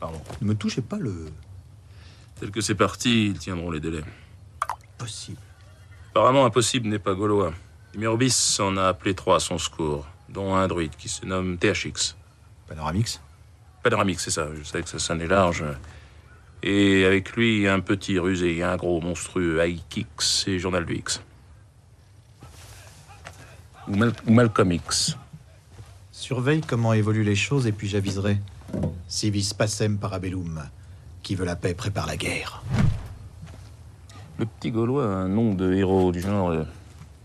Speaker 20: Pardon.
Speaker 14: Ne me touchez pas le.
Speaker 20: Tel que c'est parti, ils tiendront les délais.
Speaker 14: Possible.
Speaker 20: Apparemment, impossible n'est pas gaulois. Imirbis en a appelé trois à son secours, dont un druide qui se nomme THX.
Speaker 14: Panoramix
Speaker 20: Panoramix, c'est ça. Je savais que ça sonnait large. Et avec lui, un petit rusé, un gros monstrueux, Aikix et Journal du X. Ou, Mal- ou Malcolm X.
Speaker 14: Surveille comment évoluent les choses et puis j'aviserai. Civis pacem parabellum. Qui veut la paix prépare la guerre.
Speaker 20: Le petit Gaulois a un nom de héros du genre euh,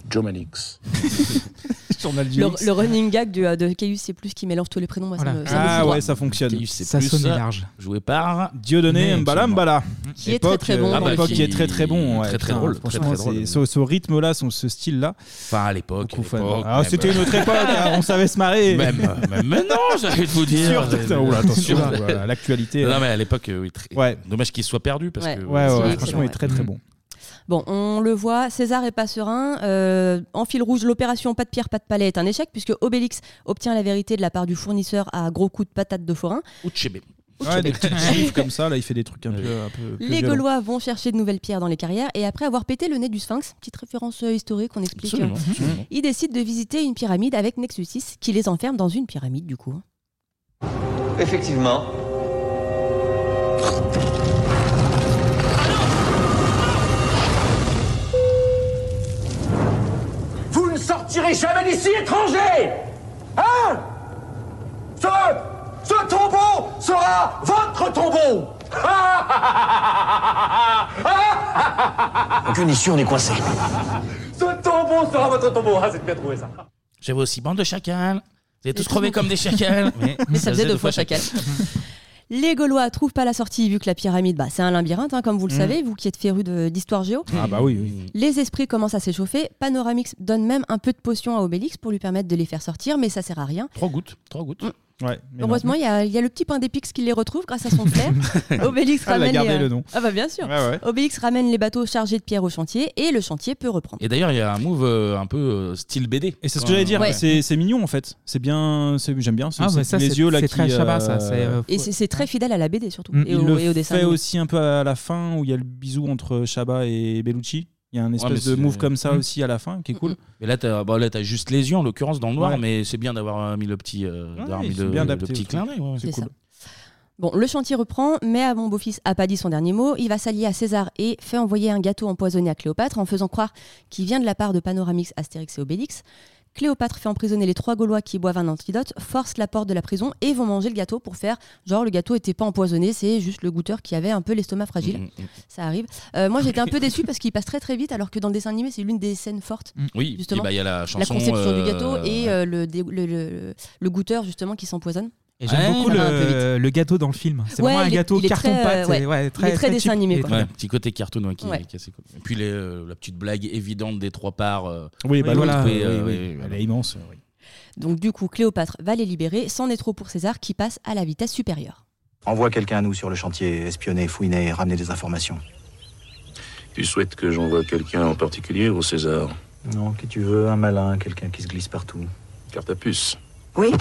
Speaker 20: Jomanix.
Speaker 10: Le, le running gag du, euh, de Caius C, qui mélange tous les prénoms. moi, ça me- ça me fout
Speaker 11: Ah
Speaker 10: droit.
Speaker 11: ouais, ça fonctionne.
Speaker 2: Ça plus, sonnait large. Joué par Mmh.
Speaker 11: Dieudonné
Speaker 2: Mais
Speaker 11: Mbala
Speaker 2: absolument.
Speaker 11: Mbala.
Speaker 10: Qui est très, très bon
Speaker 11: euh,
Speaker 10: dans le
Speaker 11: époque
Speaker 10: film.
Speaker 11: qui est très très bon. ouais,
Speaker 2: Très, très
Speaker 11: putain,
Speaker 2: drôle,
Speaker 11: franchement,
Speaker 2: très, très
Speaker 11: c'est-
Speaker 2: drôle.
Speaker 11: Ce, ce rythme-là, son- ce style-là.
Speaker 2: Enfin, à l'époque.
Speaker 11: Beaucoup fun.
Speaker 2: l'époque,
Speaker 11: Ah,
Speaker 2: même,
Speaker 11: C'était une autre époque, hein, on savait se marrer.
Speaker 2: Même, euh, même maintenant, j'allais vous dire.
Speaker 11: Sûr, putain, oula, Oh attention,
Speaker 2: Sûr.
Speaker 11: voilà, l'actualité. hein.
Speaker 2: Non, mais à l'époque, euh, oui, très- dommage qu'il soit perdu parce
Speaker 10: Ouais.
Speaker 2: que.
Speaker 11: Ouais, ouais,
Speaker 10: Il est
Speaker 11: franchement, il est très très bon.
Speaker 10: Bon, on le voit, César est pas serein. Euh, en fil rouge, l'opération pas de pierre, pas de palais est un échec puisque Obélix obtient la vérité de la part du fournisseur à gros coups de patate de forain.
Speaker 11: Ouais, des petites chiffres comme ça, là, il fait des trucs un peu. un peu- peu
Speaker 10: Les
Speaker 11: violents.
Speaker 10: Gaulois vont chercher de nouvelles pierres dans les carrières et après avoir pété le nez du sphinx, petite référence euh, historique qu'on explique,
Speaker 11: Absolument,
Speaker 10: euh,
Speaker 11: absolument.
Speaker 10: ils décident de visiter une pyramide avec Nexus 6 qui les enferme dans une pyramide du coup.
Speaker 17: Effectivement.
Speaker 3: Vous ne sortirez jamais d'ici, étrangers Hein ce, ce tombeau sera votre tombeau
Speaker 17: Aucune issue, on est coincé.
Speaker 3: Ce tombeau sera votre tombeau Ah, c'est bien trouvé, ça
Speaker 2: J'avais aussi bande de chacals. Vous avez tous crevé comme des chacals.
Speaker 10: Mais ça faisait deux fois chacal. Les Gaulois trouvent pas la sortie vu que la pyramide, bah, c'est un labyrinthe, hein, comme vous le
Speaker 11: Mhm.
Speaker 10: savez, vous qui êtes férus de- d'histoire géo.
Speaker 11: Ah bah oui, oui.
Speaker 10: Les esprits commencent à s'échauffer. Panoramix donne même un peu de potion à Obélix pour lui permettre de les faire sortir, mais ça sert à rien. Mm.
Speaker 2: Trois gouttes, trois gouttes.
Speaker 11: Ouais, mais non.
Speaker 10: Heureusement, il y, a il y a le petit pain d'épix qui les retrouve grâce à son frère. Obélix
Speaker 11: Ah, elle a
Speaker 10: ramène
Speaker 11: gardé
Speaker 10: les...
Speaker 11: le nom.
Speaker 10: Ah bah bien sûr.
Speaker 2: Ouais, ouais.
Speaker 10: Obélix ramène les bateaux chargés de pierres au chantier et le chantier peut reprendre.
Speaker 2: Et d'ailleurs, il y a un move euh, un peu euh, style BD.
Speaker 11: Et c'est ce que j'allais dire, c'est c'est mignon en fait. C'est bien, c'est- j'aime bien. ce-
Speaker 10: Ah,
Speaker 11: ces
Speaker 10: mais ça,
Speaker 11: les
Speaker 10: c'est-
Speaker 11: yeux là
Speaker 10: c'est
Speaker 11: qui,
Speaker 10: très Chabat,
Speaker 5: ça, c'est,
Speaker 11: euh,
Speaker 10: Et c'est c'est très fidèle à la BD surtout
Speaker 11: Mm,
Speaker 10: et,
Speaker 11: il
Speaker 10: au,
Speaker 11: le
Speaker 10: et au dessin.
Speaker 11: fait
Speaker 10: animé.
Speaker 11: aussi un peu à la fin où il y a le bisou entre Chabat et Bellucci. Il y a un
Speaker 2: Ouais,
Speaker 11: espèce
Speaker 2: mais
Speaker 11: de
Speaker 2: c'est-
Speaker 11: move comme ça
Speaker 2: Mm.
Speaker 11: aussi à la fin qui est cool.
Speaker 2: Mais là, t'as bah, là, t'as juste les yeux en l'occurrence dans le noir,
Speaker 11: Ouais.
Speaker 2: mais c'est bien d'avoir euh, mis le petit, euh, d'avoir
Speaker 11: Ouais,
Speaker 2: mis
Speaker 11: ils sont
Speaker 2: le,
Speaker 11: bien
Speaker 2: le
Speaker 11: adaptés
Speaker 2: petit
Speaker 11: au truc.
Speaker 2: clin d'œil. ouais, ouais.
Speaker 10: C'est ça. Bon, le chantier reprend, mais avant Beaufils a pas dit son dernier mot. Il va s'allier à César et fait envoyer un gâteau empoisonné à Cléopâtre en faisant croire qu'il vient de la part de Panoramix, Astérix et Obélix. Cléopâtre fait emprisonner les trois Gaulois qui boivent un antidote, force la porte de la prison et vont manger le gâteau pour faire genre le gâteau était pas empoisonné, c'est juste le goûteur qui avait un peu l'estomac fragile.
Speaker 2: Mm, mm, mm.
Speaker 10: Ça arrive. Euh, moi j'étais un peu déçue parce qu'il passe très très vite alors que dans le dessin animé c'est l'une des scènes fortes.
Speaker 2: Oui,
Speaker 10: justement.
Speaker 2: et bah, il y a la chanson,
Speaker 10: conception
Speaker 2: euh,
Speaker 10: du gâteau et euh, le, dé- le- le- le goûteur justement qui s'empoisonne.
Speaker 5: Et j'aime beaucoup
Speaker 10: ça va un peu vite.
Speaker 5: le, le gâteau dans le film. C'est
Speaker 10: Ouais,
Speaker 5: vraiment un
Speaker 10: il est-
Speaker 5: gâteau
Speaker 10: il est
Speaker 5: carton
Speaker 10: très,
Speaker 5: pâte.
Speaker 10: euh, ouais.
Speaker 5: c'est-
Speaker 10: Il est
Speaker 5: ouais,
Speaker 10: très dessin
Speaker 5: cheap,
Speaker 10: animé,
Speaker 5: il est
Speaker 10: quoi.
Speaker 5: très
Speaker 2: Ouais,
Speaker 5: bien.
Speaker 2: petit côté cartoon ouais, qui,
Speaker 10: Ouais.
Speaker 2: qui est assez cool. Et puis les, euh, la petite blague évidente des trois parts. euh,
Speaker 11: Oui, bah
Speaker 2: qu'on
Speaker 11: voilà,
Speaker 2: trouvait,
Speaker 11: oui,
Speaker 2: euh,
Speaker 11: oui.
Speaker 2: oui,
Speaker 11: Elle est immense. oui.
Speaker 10: Donc du coup, Cléopâtre va les libérer, c'en est trop pour César qui passe à la vitesse supérieure.
Speaker 14: Envoie quelqu'un à nous sur le chantier, espionner, fouiner et ramener des informations.
Speaker 20: Tu souhaites que j'envoie quelqu'un en particulier au César
Speaker 14: Non, qui tu veux, un malin, quelqu'un qui se glisse partout.
Speaker 20: Cartapus.
Speaker 14: Oui.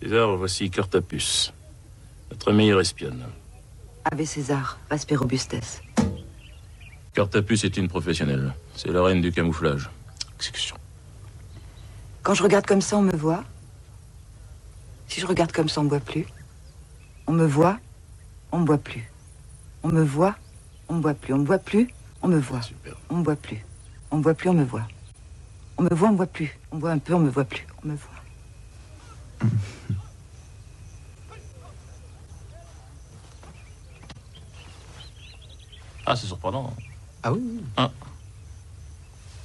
Speaker 20: César, voici Cartapus, notre meilleur espionne.
Speaker 18: Ave César, Vasper Robustes.
Speaker 20: Cartapus est une professionnelle. C'est la reine du camouflage. Exécution.
Speaker 18: Quand je regarde comme ça, on me voit. Si je regarde comme ça, on me voit plus. On me voit, on me voit plus. On me voit, on me voit plus. On me voit plus, on me voit. On me voit plus. On me voit plus, on me voit. On me voit, on me voit plus. On me voit un peu, on me voit plus. On me voit.
Speaker 20: Ah, c'est surprenant.
Speaker 14: Ah oui
Speaker 20: Ah.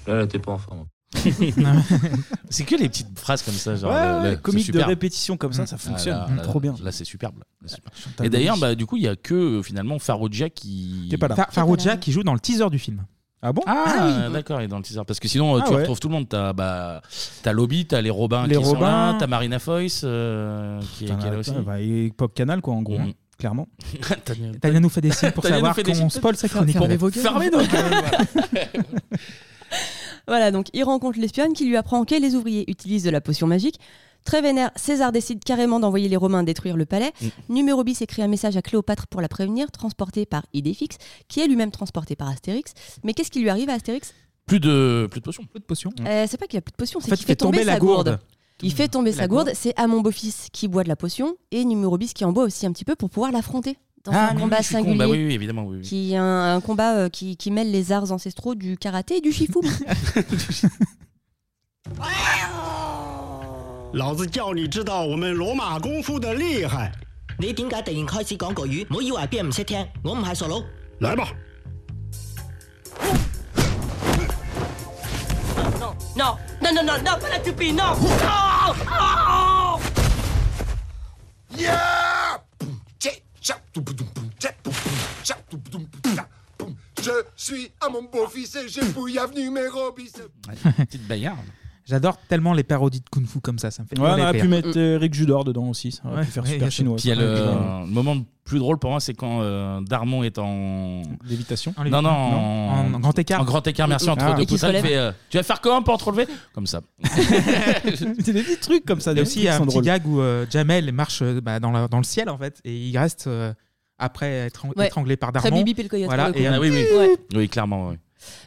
Speaker 20: Là, t'es pas en forme.
Speaker 2: c'est que les petites phrases comme ça, genre
Speaker 11: Ouais,
Speaker 2: le-
Speaker 11: ouais,
Speaker 2: le-
Speaker 11: comique
Speaker 2: c'est superbe.
Speaker 11: de répétition comme ça, ça
Speaker 2: Ah,
Speaker 11: fonctionne.
Speaker 2: là,
Speaker 11: Mm,
Speaker 2: là,
Speaker 11: trop bien. Ah,
Speaker 2: Là, c'est superbe. là, c'est superbe.
Speaker 11: Chantal
Speaker 2: Et d'ailleurs,
Speaker 11: Gomis.
Speaker 2: bah, du coup, il y a que euh, finalement Farouja qui.
Speaker 11: T'es pas là.
Speaker 5: Fa- Farrugia qui joue dans le teaser du film.
Speaker 11: Ah bon
Speaker 2: Ah,
Speaker 5: oui.
Speaker 10: bah,
Speaker 2: d'accord, il est dans le teaser. Parce que sinon, euh,
Speaker 11: Ah
Speaker 2: tu
Speaker 11: ouais.
Speaker 2: retrouves tout le monde. T'as bah, as Lobby, t'as les Robins
Speaker 11: Les
Speaker 2: qui sont là,
Speaker 11: Robins.
Speaker 2: t'as Marina Foyce euh, qui, est-
Speaker 11: Putain,
Speaker 2: qui est là aussi. Mmh.
Speaker 11: attends, bah, il est Pop Canal, quoi, en gros, hein, clairement.
Speaker 2: Tania-
Speaker 5: Tania nous fait des signes pour
Speaker 2: Tania nous
Speaker 5: savoir
Speaker 2: fait des
Speaker 5: qu'on
Speaker 2: signes.
Speaker 5: spoil sa chronique.
Speaker 2: Bon,
Speaker 5: Fermez vos gueules.
Speaker 2: Fermez nos gueules.
Speaker 10: Voilà, donc il rencontre l'espionne qui lui apprend que les ouvriers utilisent de la potion magique. Très vénère, César décide carrément d'envoyer les Romains détruire le palais.
Speaker 19: Mm.
Speaker 10: Numéro bis écrit un message à Cléopâtre pour la prévenir, transporté par Idéfix, qui est lui-même transporté par Astérix. Mais qu'est-ce qui lui arrive à Astérix
Speaker 2: Plus de, plus de potions.
Speaker 5: Plus de potions.
Speaker 10: Euh, c'est pas qu'il a plus de potion, c'est
Speaker 2: Mm. fait,
Speaker 10: qu'il
Speaker 2: il
Speaker 10: fait,
Speaker 2: fait
Speaker 10: tomber,
Speaker 2: tomber la
Speaker 10: sa gourde.
Speaker 2: gourde.
Speaker 10: Il fait tomber
Speaker 2: La
Speaker 10: sa gourde, c'est Amon Beaufils qui boit de la potion et Numéro bis qui en boit aussi un petit peu pour pouvoir l'affronter dans
Speaker 2: Ah,
Speaker 10: un
Speaker 2: mais
Speaker 10: combat
Speaker 2: oui, je suis con.
Speaker 10: singulier.
Speaker 2: Bah oui, oui, évidemment. Oui, oui.
Speaker 10: Qui est un, un combat euh, qui, qui mêle les arts ancestraux du karaté et du shifu.
Speaker 19: Non, non, non, non, non, pas la toupie, non
Speaker 15: Oh,
Speaker 19: Non Non
Speaker 16: Je suis à mon beau-fils et j'ai fouillé avenue Mérobis.
Speaker 2: Petite bagarre.
Speaker 5: J'adore tellement les parodies de Kung Fu comme ça. Ça me fait
Speaker 11: Ouais, on
Speaker 5: hurler
Speaker 11: aurait
Speaker 5: de
Speaker 11: pu
Speaker 5: rire.
Speaker 11: mettre euh, Rick Judor dedans aussi. Ça aurait
Speaker 5: Ouais,
Speaker 11: pu faire
Speaker 5: ouais,
Speaker 11: super
Speaker 5: y a-
Speaker 11: chinois.
Speaker 2: Puis il y a
Speaker 11: ça.
Speaker 2: le,
Speaker 11: Ouais.
Speaker 2: le moment plus drôle pour moi, c'est quand euh, Darmon est en.
Speaker 11: Lévitation
Speaker 2: Non, non,
Speaker 11: Non,
Speaker 2: en...
Speaker 11: en grand écart.
Speaker 2: En grand écart, merci,
Speaker 11: Ah.
Speaker 2: entre
Speaker 11: Et
Speaker 2: deux
Speaker 11: qui
Speaker 2: poussins.
Speaker 11: se
Speaker 2: il
Speaker 11: relève.
Speaker 2: fait, euh, tu vas faire comment pour te relever Comme ça.
Speaker 5: C'est des petits trucs comme ça. Mm. Il y a
Speaker 11: des
Speaker 5: aussi
Speaker 11: trucs
Speaker 5: un
Speaker 11: sont
Speaker 5: petit
Speaker 11: drôles.
Speaker 5: gag où euh, Jamel marche euh, bah, dans, la- dans le ciel en fait et il reste euh, après être
Speaker 10: Ouais.
Speaker 5: étranglé par
Speaker 10: Très
Speaker 5: Darmon.
Speaker 10: Bibi Pile Coyote,
Speaker 5: Voilà,
Speaker 10: pour le
Speaker 5: et
Speaker 10: coup.
Speaker 5: un-
Speaker 2: Ah oui, oui.
Speaker 10: Ouais.
Speaker 2: Oui, clairement, oui.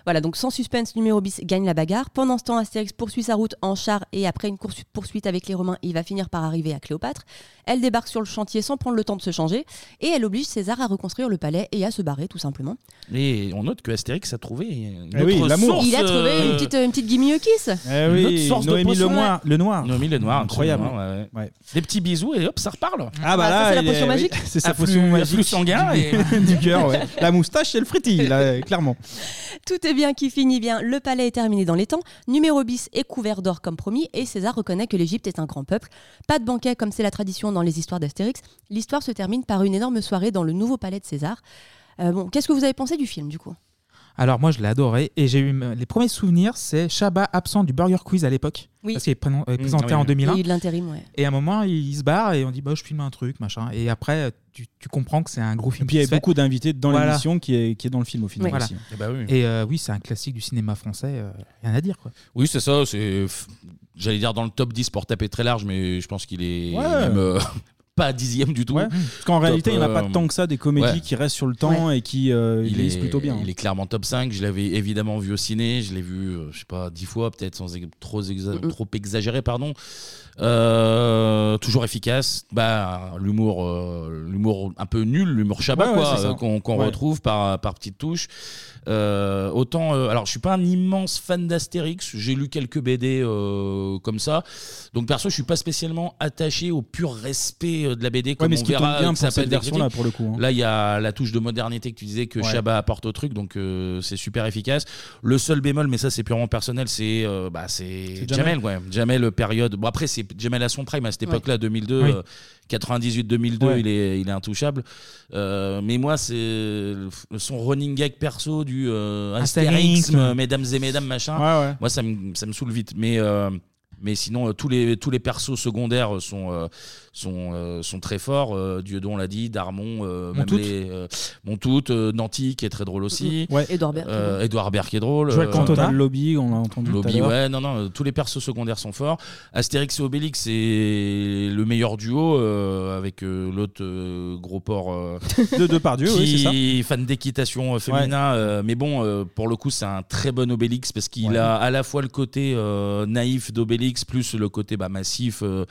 Speaker 10: Voilà, donc sans suspense, numéro bis gagne la bagarre. Pendant ce temps, Astérix poursuit sa route en char et après une course- poursuite avec les Romains, il va finir par arriver à Cléopâtre. Elle débarque sur le chantier sans prendre le temps de se changer et elle oblige César à reconstruire le palais et à se barrer tout simplement.
Speaker 2: Et on note que Astérix a trouvé une
Speaker 11: Eh oui,
Speaker 2: autre
Speaker 11: l'amour.
Speaker 2: source,
Speaker 10: Il a trouvé
Speaker 2: euh,
Speaker 10: une petite, une petite guimille kiss.
Speaker 11: Eh oui,
Speaker 2: une autre source
Speaker 11: Noémie
Speaker 2: de potion.
Speaker 11: Le Noir- Le Noir.
Speaker 2: Noémie Le Noir,
Speaker 11: Incroyable.
Speaker 2: absolument, ouais, ouais. Des petits bisous et hop, ça reparle.
Speaker 11: Ah bah là,
Speaker 2: ça, c'est
Speaker 11: il
Speaker 2: la potion
Speaker 11: est-
Speaker 2: magique.
Speaker 11: oui, c'est sa
Speaker 2: Afflux-
Speaker 11: potion magique.
Speaker 2: afflux sanguin
Speaker 11: du-
Speaker 2: et
Speaker 11: du cœur, ouais. La moustache et le fritille, là, euh, clairement.
Speaker 10: Tout est bien qui finit bien, le palais est terminé dans les temps, numéro bis est couvert d'or comme promis, et César reconnaît que l'Égypte est un grand peuple. Pas de banquet comme c'est la tradition dans les histoires d'Astérix, l'histoire se termine par une énorme soirée dans le nouveau palais de César. Euh, bon, qu'est-ce que vous avez pensé du film du coup
Speaker 5: Alors moi je l'ai adoré et j'ai eu m- les premiers souvenirs c'est Chabat absent du Burger Quiz à l'époque
Speaker 10: Oui.
Speaker 5: parce qu'il est prénom- est
Speaker 10: Mmh,
Speaker 5: présenté
Speaker 10: ah oui,
Speaker 5: en
Speaker 10: oui.
Speaker 5: 2001.
Speaker 10: Il y a eu de l'intérim, ouais.
Speaker 5: Et à un moment il, il se barre et on dit bah je filme un truc machin et après tu, tu comprends que c'est un gros film.
Speaker 11: Et puis il y
Speaker 5: qui
Speaker 11: avait
Speaker 5: se fait.
Speaker 11: beaucoup d'invités dans
Speaker 5: Voilà.
Speaker 11: l'émission qui est, qui est dans le film au final
Speaker 5: Voilà.
Speaker 11: aussi.
Speaker 5: Et, euh, oui c'est un classique du cinéma français euh, rien à dire quoi.
Speaker 2: Oui, c'est ça. C'est, f- j'allais dire dans le top 10 pour taper très large, mais je pense qu'il est
Speaker 11: Ouais.
Speaker 2: même, euh, pas dixième du tout.
Speaker 11: Ouais. Parce qu'en réalité, il n'y en a pas tant que ça des comédies qui restent sur le temps et qui euh,
Speaker 2: euh, il
Speaker 11: vieillissent
Speaker 2: est
Speaker 11: plutôt bien.
Speaker 2: Il est clairement top 5. Je l'avais évidemment vu au ciné. Je l'ai vu, euh, je sais pas, 10 fois, peut-être sans ex- trop, exa- trop exagéré, pardon. Euh, toujours efficace. Bah, l'humour, euh, l'humour un peu nul, l'humour chabat,
Speaker 11: Ouais, ouais,
Speaker 2: quoi,
Speaker 11: c'est ça.
Speaker 2: euh, qu'on qu'on
Speaker 11: Ouais.
Speaker 2: retrouve par, par petites touches. Euh, autant, euh, alors, je suis pas un immense fan d'Astérix. J'ai lu quelques BD euh, comme ça. Donc, perso, je suis pas spécialement attaché au pur respect euh, de la BD. Comme
Speaker 11: mais
Speaker 2: on
Speaker 11: ce qui tombe
Speaker 2: verra,
Speaker 11: bien
Speaker 2: que ça
Speaker 11: pour
Speaker 2: peut
Speaker 11: cette
Speaker 2: être des
Speaker 11: version-là,
Speaker 2: critiques.
Speaker 11: pour le coup, hein.
Speaker 2: Là, il y a la touche de modernité que tu disais que
Speaker 11: Ouais.
Speaker 2: Chabat apporte au truc, donc euh, c'est super efficace. Le seul bémol, mais ça c'est purement personnel, c'est euh, bah, c'est
Speaker 11: C'est
Speaker 2: Jamel,
Speaker 11: Jamel.
Speaker 2: ouais. Jamel euh, période. Bon après c'est Jamel à son prime à cette
Speaker 11: Ouais.
Speaker 2: époque-là, 2002,
Speaker 11: Oui.
Speaker 2: euh, 98, 2002,
Speaker 11: Ouais.
Speaker 2: il est il est intouchable. Euh, mais moi c'est le- son running gag perso du euh,
Speaker 11: Astérix,
Speaker 2: Astérix,
Speaker 11: ouais.
Speaker 2: euh, mesdames et mesdames machin.
Speaker 11: Ouais, ouais.
Speaker 2: Moi ça me ça me saoule vite, mais euh, mais sinon, euh, tous, les, tous les persos secondaires euh, sont, euh, sont, euh, sont très forts. Euh, Dieudon l'a dit, Darmon, euh, même
Speaker 11: Montout.
Speaker 2: les, euh, Montout, euh, Nanty qui est très drôle aussi.
Speaker 11: Mhm. Ouais.
Speaker 10: Édouard Baird,
Speaker 2: Euh, Édouard Baird qui est drôle.
Speaker 11: Joël
Speaker 2: Euh,
Speaker 11: Cantona, Lobby, on l'a entendu. tout à
Speaker 2: Lobby,
Speaker 11: l'heure.
Speaker 2: ouais, non, non, euh, tous les persos secondaires sont forts. Astérix et Obélix, c'est le meilleur duo euh, avec euh, l'autre euh, gros porc. euh,
Speaker 11: De Depardieu, oui, c'est ça.
Speaker 2: qui est fan d'équitation euh, féminin, euh, mais bon, euh, pour le coup, c'est un très bon Obélix parce qu'il
Speaker 11: Ouais.
Speaker 2: a à la fois le côté euh, naïf d'Obélix plus le côté bah, massif euh,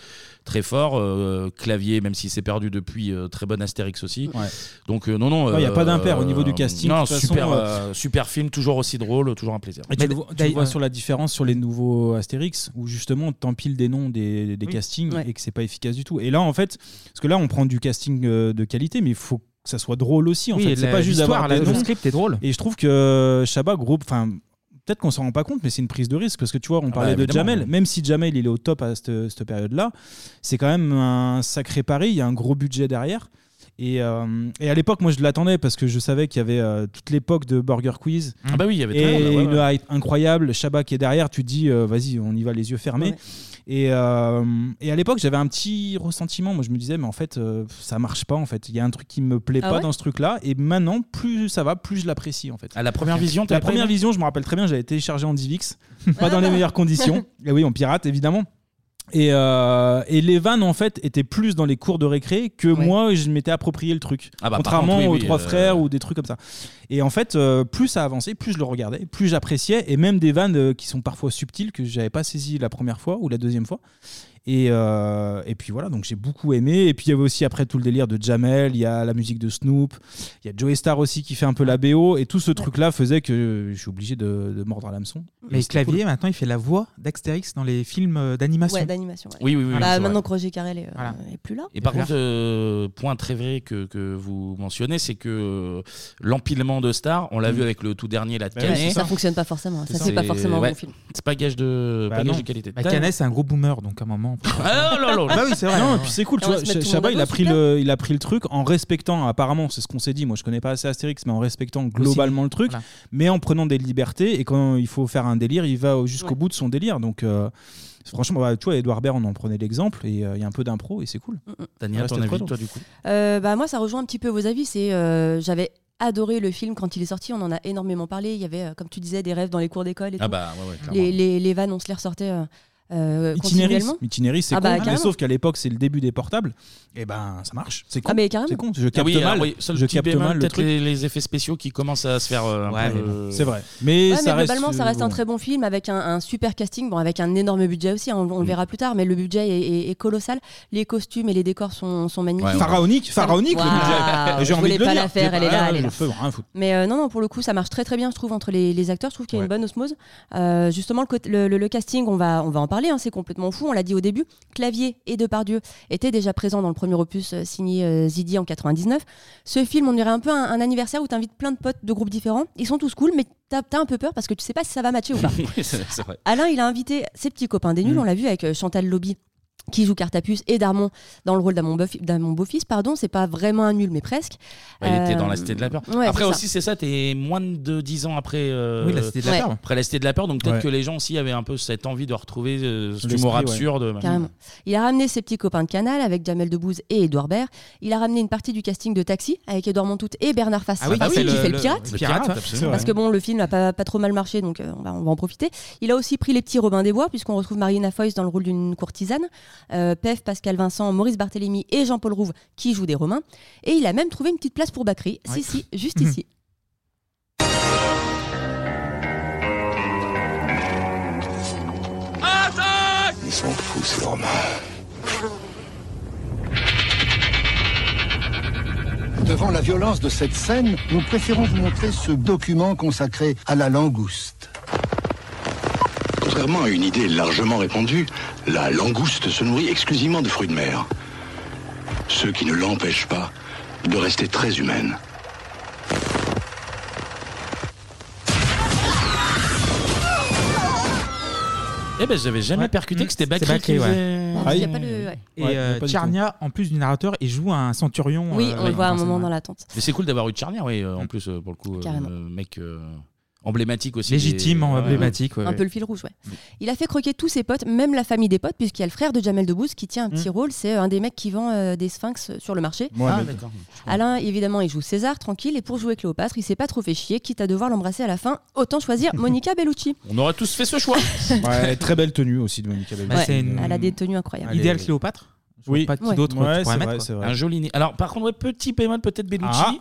Speaker 2: très fort. euh, clavier, même s'il s'est perdu depuis, euh, très bon Astérix aussi.
Speaker 11: Ouais.
Speaker 2: Donc, euh, non, non.
Speaker 11: Ouais, y a pas d'impair au niveau du
Speaker 2: euh,
Speaker 11: casting,
Speaker 2: Non,
Speaker 11: de toute
Speaker 2: super,
Speaker 11: façon, euh,
Speaker 2: euh, super film, toujours aussi drôle, toujours un plaisir.
Speaker 11: Et tu, le vois, tu le vois sur la différence sur les nouveaux Astérix, où justement t'empiles des noms des, des castings et que c'est pas efficace du tout. Et là, en fait, parce que là, on prend du casting euh, de qualité, mais il faut que ça soit drôle aussi. En
Speaker 5: Oui,
Speaker 11: fait,
Speaker 5: et
Speaker 11: c'est
Speaker 5: la-
Speaker 11: pas juste
Speaker 5: l'histoire,
Speaker 11: d'avoir
Speaker 5: la-
Speaker 11: des
Speaker 5: le
Speaker 11: noms.
Speaker 5: script est drôle.
Speaker 11: Et je trouve que Chabat, groupe, enfin. Peut-être qu'on s'en rend pas compte, mais c'est une prise de risque parce que tu vois, on
Speaker 2: bah,
Speaker 11: parlait de
Speaker 2: évidemment,
Speaker 11: Jamel.
Speaker 2: ouais.
Speaker 11: Même si Jamel il est au top à cette, cette période-là, c'est quand même un sacré pari. Il y a un gros budget derrière. Et, euh, et à l'époque, moi je l'attendais parce que je savais qu'il y avait euh, toute l'époque de Burger Quiz.
Speaker 2: Ah bah oui, il y avait tout le
Speaker 11: et
Speaker 2: monde, ouais, ouais.
Speaker 11: le hype incroyable, Shabba qui est derrière, tu te dis euh, vas-y, on y va les yeux fermés. Et, euh, et à l'époque, j'avais un petit ressentiment. Moi, je me disais, mais en fait, euh, ça marche pas. En fait, il y a un truc qui me plaît
Speaker 2: Ah
Speaker 11: pas
Speaker 2: ouais
Speaker 11: dans ce truc-là. Et maintenant, plus ça va, plus je l'apprécie en fait.
Speaker 2: À la première vision, t'as
Speaker 11: la
Speaker 2: pas
Speaker 11: première
Speaker 2: aimé
Speaker 11: vision, je me rappelle très bien, j'avais téléchargé en DivX, pas dans les meilleures conditions. Et oui, on pirate évidemment. Et, euh, et les vannes en fait étaient plus dans les cours de récré que moi je m'étais approprié le truc
Speaker 2: Ah bah, par
Speaker 11: contrairement
Speaker 2: contre, oui,
Speaker 11: aux
Speaker 2: oui,
Speaker 11: trois
Speaker 2: euh,
Speaker 11: frères ou des trucs comme ça et en fait euh, plus ça avançait plus je le regardais plus j'appréciais et même des vannes euh, qui sont parfois subtiles que j'avais pas saisi la première fois ou la deuxième fois et, euh, et puis voilà donc j'ai beaucoup aimé et puis il y avait aussi après tout le délire de Jamel il y a la musique de Snoop il y a Joey Star aussi qui fait un peu la BO et tout ce truc là faisait que je suis obligé de, de mordre à l'hameçon
Speaker 5: Mais
Speaker 11: c'était
Speaker 5: Clavier,
Speaker 11: cool.
Speaker 5: maintenant, il fait la voix d'Astérix dans les films euh, d'animation.
Speaker 10: Ouais, d'animation. ouais.
Speaker 2: Oui, oui, oui,
Speaker 10: Bah,
Speaker 2: c'est vrai.
Speaker 10: maintenant que Roger Carrel est, euh,
Speaker 5: Voilà.
Speaker 10: est plus là.
Speaker 2: Et par contre, euh, point très vrai que, que vous mentionnez, c'est que euh, l'empilement de stars,
Speaker 11: Mm.
Speaker 2: on l'a vu avec le tout dernier, là de
Speaker 10: Bah
Speaker 2: Canet.
Speaker 10: oui, c'est ça. Ça fonctionne pas forcément, ça, c'est pas forcément un bon film.
Speaker 2: C'est pas gage de, pas
Speaker 5: non.
Speaker 2: gage de qualité.
Speaker 5: Bah, Canet, c'est un gros boomer, donc à un moment. faut-
Speaker 2: Ah, oh là là.
Speaker 5: Bah oui, c'est vrai.
Speaker 11: Non, et
Speaker 5: Ouais.
Speaker 11: puis c'est cool.
Speaker 5: On
Speaker 11: Tu
Speaker 5: va
Speaker 11: vois,
Speaker 5: se mettre
Speaker 11: Ch-
Speaker 5: tout
Speaker 11: Chabat,
Speaker 5: le
Speaker 11: il
Speaker 5: monde
Speaker 11: a
Speaker 5: à dos,
Speaker 11: pris
Speaker 5: super.
Speaker 11: le, il a pris le truc en respectant. Apparemment, c'est ce qu'on s'est dit. Moi, je connais pas assez Astérix, mais en respectant globalement le truc,
Speaker 5: Voilà.
Speaker 11: mais en prenant des libertés. Et quand il faut faire un délire, il va au- jusqu'au bout de son délire. Donc, euh, franchement, bah, tu vois, Edouard Baird, on en prenait l'exemple. Et euh, il y a un peu d'impro, et c'est cool.
Speaker 10: Mm,
Speaker 2: Daniel,
Speaker 11: Reste
Speaker 2: ton
Speaker 11: très
Speaker 2: avis,
Speaker 11: drôle.
Speaker 2: toi, du coup
Speaker 10: Euh, bah, moi, ça rejoint un petit peu vos avis. C'est, euh, j'avais adoré le film quand il est sorti. On en a énormément parlé. Il y avait, euh, comme tu disais, des rêves dans les cours d'école. et
Speaker 11: Ah
Speaker 10: tout.
Speaker 11: bah, ouais, ouais, clairement.
Speaker 10: les, les, les vannes, on se les ressortait euh, euh,
Speaker 11: Itinéris,
Speaker 10: continuellement.
Speaker 11: Itinéris, c'est
Speaker 10: Ah bah,
Speaker 11: con, mais
Speaker 10: carrément.
Speaker 11: sauf qu'à l'époque c'est le début des portables. Et ben ça marche, c'est con.
Speaker 10: Ah, mais carrément.
Speaker 11: C'est con. Je
Speaker 2: Ah
Speaker 11: capte
Speaker 2: oui, alors
Speaker 11: mal.
Speaker 2: oui, seul
Speaker 11: je
Speaker 2: petit
Speaker 11: capte
Speaker 2: bémol,
Speaker 11: mal le
Speaker 2: peut-être
Speaker 11: truc.
Speaker 2: les, les effets spéciaux qui commencent à se faire. euh, un peu, euh,
Speaker 11: C'est vrai. Mais
Speaker 10: Ouais,
Speaker 11: ça
Speaker 10: mais
Speaker 11: reste.
Speaker 10: globalement, ça reste un très bon film avec un, un super casting, bon, avec un énorme budget aussi. hein, on,
Speaker 11: Mm.
Speaker 10: on le verra plus tard, mais le budget est, est- est colossal. Les costumes et les décors sont, sont magnifiques.
Speaker 11: Ouais, pharaonique, pharaonique.
Speaker 10: Waouh,
Speaker 11: le budget.
Speaker 10: je
Speaker 11: J'ai envie
Speaker 10: voulais
Speaker 11: de le
Speaker 10: pas
Speaker 11: dire.
Speaker 10: la faire, elle est là,
Speaker 11: Ah,
Speaker 10: elle est
Speaker 11: je
Speaker 10: là.
Speaker 11: peux rien foutre.
Speaker 10: Mais euh, non, non, pour le coup, ça marche très très bien, je trouve, entre les, les acteurs. Je trouve qu'il y a une bonne osmose. Euh, justement, le, côté- le, le- le casting, on va, on va en parler, hein, c'est complètement fou. On l'a dit au début, Clavier et Depardieu étaient déjà présents dans le premier opus euh, signé euh, Zidi en 99. Ce film, on dirait un peu un, un anniversaire où tu invites plein de potes de groupes différents. Ils sont tous cool, mais t'as as un peu peur parce que tu sais pas si ça va matcher ou pas.
Speaker 2: oui, c'est c'est vrai. Mm.
Speaker 10: Alain, il a invité ses petits copains des nuls, on l'a vu avec euh, Chantal Lobby qui joue Cartapus et Darmon dans le rôle d'Amon Beau- d'Amon Beau-Fils, pardon, c'est pas vraiment un nul, mais presque.
Speaker 2: Ouais, il était
Speaker 10: Euh,
Speaker 2: dans la Cité de la Peur.
Speaker 10: ouais,
Speaker 2: après
Speaker 10: c'est ça.
Speaker 2: aussi, c'est ça, t'es moins de 10 ans après, euh,
Speaker 11: Oui, la Cité de la Ouais. Peur.
Speaker 2: après la Cité de la Peur, donc peut-être
Speaker 11: Ouais.
Speaker 2: que les gens aussi avaient un peu cette envie de retrouver euh, cet
Speaker 11: L'esprit,
Speaker 2: humour
Speaker 11: ouais.
Speaker 2: absurde.
Speaker 10: Carrément. Il a ramené ses petits copains de canal avec Jamel Debbouze et Edouard Baird. Il a ramené une partie du casting de Taxi avec Edouard Montout et Bernard Fassin,
Speaker 5: Ah oui,
Speaker 10: Fassin
Speaker 5: c'est
Speaker 10: qui
Speaker 5: le-
Speaker 10: fait le
Speaker 5: le-
Speaker 10: pirate.
Speaker 5: le pirate, absolument.
Speaker 10: Parce que bon, le film n'a pas, pas trop mal marché, donc euh, on, va, on va en profiter. Il a aussi pris les petits Robin des Bois, puisqu'on retrouve Marina Foïs dans le rôle d'une courtisane, euh, Pef, Pascal Vincent, Maurice Barthélémy et Jean-Paul Rouve qui jouent des Romains. Et il a même trouvé une petite place pour Bacri. Si, si, juste ici.
Speaker 16: Ils sont fous, ces Romains.
Speaker 21: Devant la violence de cette scène, nous préférons vous montrer ce document consacré à la langouste.
Speaker 16: Contrairement à une idée largement répandue, la langouste se nourrit exclusivement de fruits de mer. Ce qui ne l'empêche pas de rester très humaine.
Speaker 2: Eh ben, j'avais jamais
Speaker 5: Ouais.
Speaker 2: percuté que c'était
Speaker 5: C'est
Speaker 2: Bakri.
Speaker 5: Bakri,
Speaker 2: qui
Speaker 5: ouais.
Speaker 2: faisait-
Speaker 10: Ah,
Speaker 5: Bah,
Speaker 11: Ah,
Speaker 5: il y a pas le-
Speaker 10: ouais.
Speaker 5: Et
Speaker 2: Ouais, pas
Speaker 5: euh,
Speaker 2: du tout.
Speaker 5: Tcharnia, en plus du narrateur, il joue un centurion.
Speaker 10: Oui,
Speaker 5: euh,
Speaker 10: on le voit à un
Speaker 5: dans sa-
Speaker 10: moment dans la tente.
Speaker 2: Mais c'est cool d'avoir eu Charnier, oui, euh, en
Speaker 5: Mm.
Speaker 2: plus, euh, pour le coup, euh,
Speaker 10: Carrément.
Speaker 2: euh, mec euh, emblématique aussi.
Speaker 5: Légitime,
Speaker 2: des-
Speaker 5: en
Speaker 2: ouais,
Speaker 5: emblématique,
Speaker 2: ouais. Mm.
Speaker 10: un peu le fil rouge, ouais. Il a fait croquer tous ses potes, même la famille des potes, puisqu'il y a le frère de Jamel Debbouze qui tient un petit rôle. C'est un des mecs qui vend euh, des sphinx sur le marché.
Speaker 2: Ouais, Ah, Mm. mais- d'accord.
Speaker 10: Alain, évidemment, il joue César, tranquille. Et pour jouer Cléopâtre, il s'est pas trop fait chier, quitte à devoir l'embrasser à la fin. Autant choisir Monica Bellucci.
Speaker 2: On aurait tous fait ce choix.
Speaker 11: Ouais, très belle tenue aussi de Monica Bellucci.
Speaker 5: Ah,
Speaker 10: Ouais, Elle a des tenues incroyables.
Speaker 11: Idéal
Speaker 2: Allez.
Speaker 5: Cléopâtre
Speaker 11: Oui,
Speaker 5: pas qui d'autre tu pourrais mettre, quoi.
Speaker 2: Un joli nez. Alors, par contre, ouais, petit paiement peut-être Bellucci,
Speaker 5: Ah.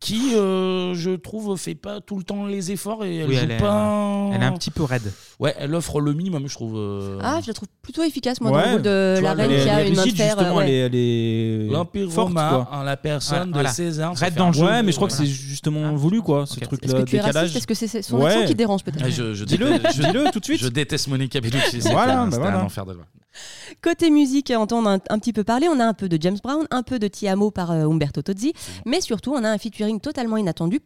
Speaker 2: qui, euh, je trouve, fait pas tout le temps les efforts et elle
Speaker 5: Oui,
Speaker 2: joue
Speaker 5: elle est- euh,
Speaker 2: pas.
Speaker 5: elle est un petit peu raide.
Speaker 2: Ouais, elle offre le minimum, je trouve. euh,
Speaker 10: Ah, je la trouve plutôt efficace, moi, dans
Speaker 2: Ouais,
Speaker 10: le rôle de
Speaker 2: tu
Speaker 10: la
Speaker 2: vois,
Speaker 10: reine
Speaker 2: elle
Speaker 10: qui a
Speaker 2: est
Speaker 10: une main de
Speaker 2: rigide,
Speaker 10: fer. euh,
Speaker 11: Justement,
Speaker 10: ouais.
Speaker 11: elle est- elle est.
Speaker 2: L'empire
Speaker 11: forte,
Speaker 2: romain,
Speaker 11: quoi.
Speaker 2: hein, en la personne
Speaker 11: Voilà.
Speaker 2: de César.
Speaker 11: Raide dans le jeu. Ouais, mais je crois que c'est justement
Speaker 5: Hein
Speaker 11: voulu, quoi, ce
Speaker 10: Est-ce
Speaker 11: truc-là.
Speaker 10: que tu es raciste
Speaker 11: décalage.
Speaker 10: Est-ce que c'est son accent qui dérange, peut-être
Speaker 2: Ah, je- je
Speaker 11: Dis-le,
Speaker 2: déteste- je-
Speaker 11: dis-le tout de suite.
Speaker 2: Je déteste Monica Bellucci. c'est
Speaker 11: Voilà,
Speaker 2: un-
Speaker 11: bah
Speaker 2: c'est
Speaker 11: voilà.
Speaker 2: un enfer de loi.
Speaker 10: Côté musique, euh, on entend un, un petit peu parler. On a un peu de James Brown, un peu de Ti Amo par euh, Umberto Tozzi, mais surtout on a un featuring totalement inattendu.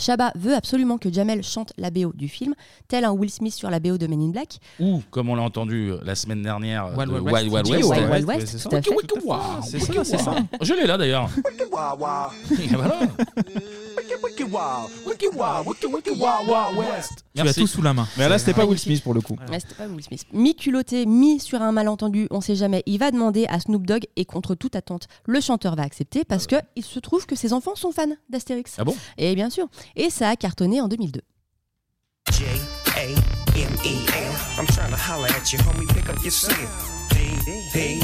Speaker 10: Shabba veut absolument que Jamel chante la BO du film, tel un Will Smith sur la BO de Men in Black.
Speaker 2: Ou, comme on l'a entendu euh, la semaine dernière,
Speaker 5: Wild
Speaker 2: de
Speaker 5: Wild West.
Speaker 2: Wild Wild
Speaker 5: Wild
Speaker 2: West.
Speaker 5: Wild West, ouais, c'est ça.
Speaker 2: Wiki,
Speaker 5: Tout à
Speaker 2: wiki,
Speaker 5: fait.
Speaker 2: wow,
Speaker 5: C'est
Speaker 2: wiki,
Speaker 5: ça, c'est
Speaker 2: wow.
Speaker 5: ça.
Speaker 2: Je l'ai là d'ailleurs. Et voilà.
Speaker 11: Tu
Speaker 2: Merci.
Speaker 11: as tout sous la main. Mais là, c'était pas Will Smith pour le coup.
Speaker 10: Ouais, c'était pas Will Smith. Mi-culotté, mi sur un malentendu, on sait jamais. Il va demander à Snoop Dogg et contre toute attente, le chanteur va accepter parce que il se trouve que ses enfants sont fans d'Astérix.
Speaker 2: Ah bon
Speaker 10: Et bien sûr. Et ça a cartonné en 2002.
Speaker 22: J-A-M-E-L. E I'm trying to holler at you, homie. Pick up your cell. B-B-G,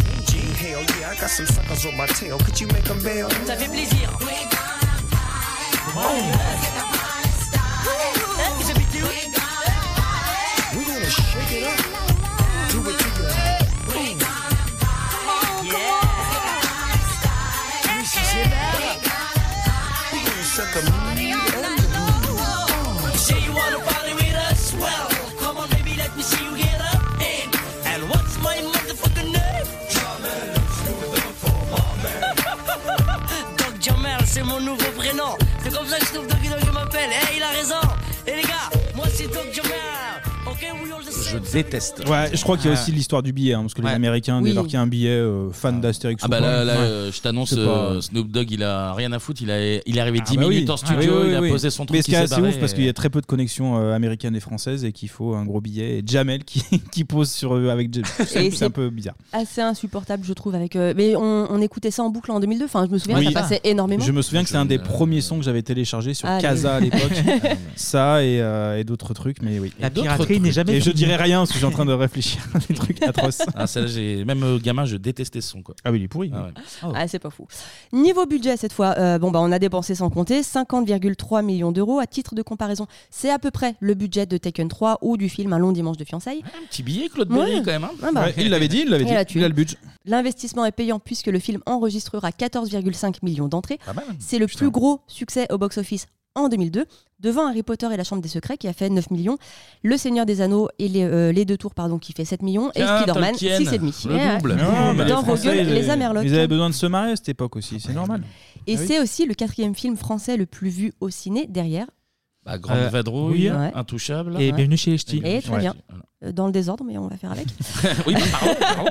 Speaker 22: hell yeah. I got some suckers on my tail. Could you make them bail?
Speaker 19: Ça fait plaisir.
Speaker 22: We're gonna shake it up. Do it to your
Speaker 19: Say you wanna party with us? Well, come on, baby, let me see you get up and and what's my motherfucking name? Doc Jamel, c'est mon nouveau prénom. C'est comme ça que Snoop Doggy Dogg m'appelle. Eh, il a raison. Et les gars, moi c'est Doc Jamel. Ok, we all the same.
Speaker 2: Je déteste.
Speaker 11: Ouais, je crois qu'il y a
Speaker 2: Ah.
Speaker 11: aussi l'histoire du billet, hein, parce que les Américains, dès
Speaker 2: Oui.
Speaker 11: lors qu'il y a un billet euh, fan d'Astérix,
Speaker 2: Ah
Speaker 11: ou
Speaker 2: bah
Speaker 11: quoi,
Speaker 2: là, là,
Speaker 11: ouais.
Speaker 2: euh, je t'annonce,
Speaker 11: C'est pas-
Speaker 2: euh, Snoop Dogg, il a rien à foutre. Il, a, il est arrivé
Speaker 11: Ah
Speaker 2: 10
Speaker 11: bah oui.
Speaker 2: minutes en
Speaker 11: Ah
Speaker 2: studio,
Speaker 11: oui, oui,
Speaker 2: il a
Speaker 11: oui.
Speaker 2: posé son truc.
Speaker 11: Mais ce qui
Speaker 2: il
Speaker 11: est
Speaker 2: s'est
Speaker 11: assez
Speaker 2: barré euh.
Speaker 11: ouf parce
Speaker 2: et-
Speaker 11: qu'il y a très peu de connexions euh, américaines et françaises et qu'il faut un gros billet. Et Jamel qui, qui pose sur eux avec Jamel.
Speaker 10: Et
Speaker 11: C'est un peu bizarre.
Speaker 10: Assez insupportable, je trouve. Avec, euh, mais on, on écoutait ça en boucle en 2002. Enfin, je me souviens,
Speaker 11: Oui. Ah.
Speaker 10: ça passait énormément.
Speaker 11: Je me souviens que c'est un des premiers sons que j'avais téléchargé sur
Speaker 10: Ah, les-
Speaker 11: Casa à l'époque. ça et, euh, et d'autres trucs, mais oui.
Speaker 5: La
Speaker 11: Et d'autres
Speaker 5: piraterie
Speaker 11: trucs.
Speaker 5: n'est jamais
Speaker 11: Et je
Speaker 5: finie.
Speaker 11: dirais rien parce que je suis en train de réfléchir à des trucs atroces.
Speaker 2: Ah, celle-là, j'ai- même euh, gamin, je détestais ce son. Quoi.
Speaker 11: Ah oui, il est pourri.
Speaker 2: Ah ouais.
Speaker 10: Ah, c'est pas fou. Niveau budget cette fois, euh, bon bah on a dépensé sans compter 50,3 millions d'euros à titre de comparaison. C'est à peu près le budget de Taken 3 ou du film Un long dimanche de fiançailles.
Speaker 2: Un petit billet, Claude
Speaker 10: Ouais.
Speaker 2: Berry, quand même. hein.
Speaker 10: Ah bah.
Speaker 11: Ouais, il l'avait dit, il l'avait
Speaker 10: Et
Speaker 11: dit.
Speaker 10: la thune.
Speaker 11: Il a le budget.
Speaker 10: L'investissement est payant puisque le film enregistrera 14,5 millions d'entrées.
Speaker 11: mal.
Speaker 10: C'est le plus gros succès au box-office en 2002, devant Harry Potter et la Chambre des Secrets qui a fait 9 millions, Le Seigneur des Anneaux et les, euh, les deux tours pardon qui fait 7 millions et
Speaker 2: Tiens,
Speaker 10: Spider-Man
Speaker 2: Tolkien,
Speaker 10: 6,5
Speaker 2: le
Speaker 10: Ouais,
Speaker 2: double.
Speaker 10: ouais.
Speaker 2: Non, mais les
Speaker 10: Dans
Speaker 2: Français,
Speaker 10: Rogue,
Speaker 11: Ils-
Speaker 10: les Amerlocs.
Speaker 11: Ils avaient besoin de se marrer à cette époque aussi, c'est normal.
Speaker 10: Et
Speaker 11: Ah oui.
Speaker 10: c'est aussi le quatrième film français le plus vu au ciné derrière
Speaker 2: Bah, Grande
Speaker 5: Euh,
Speaker 2: Vadrouille,
Speaker 5: oui. Ouais.
Speaker 2: Intouchable.
Speaker 5: Et Bienvenue chez les Ch'tis.
Speaker 10: Et très
Speaker 2: Ouais.
Speaker 10: bien. Euh, Dans le désordre, mais on va faire avec.
Speaker 2: oui, mais pardon, pardon.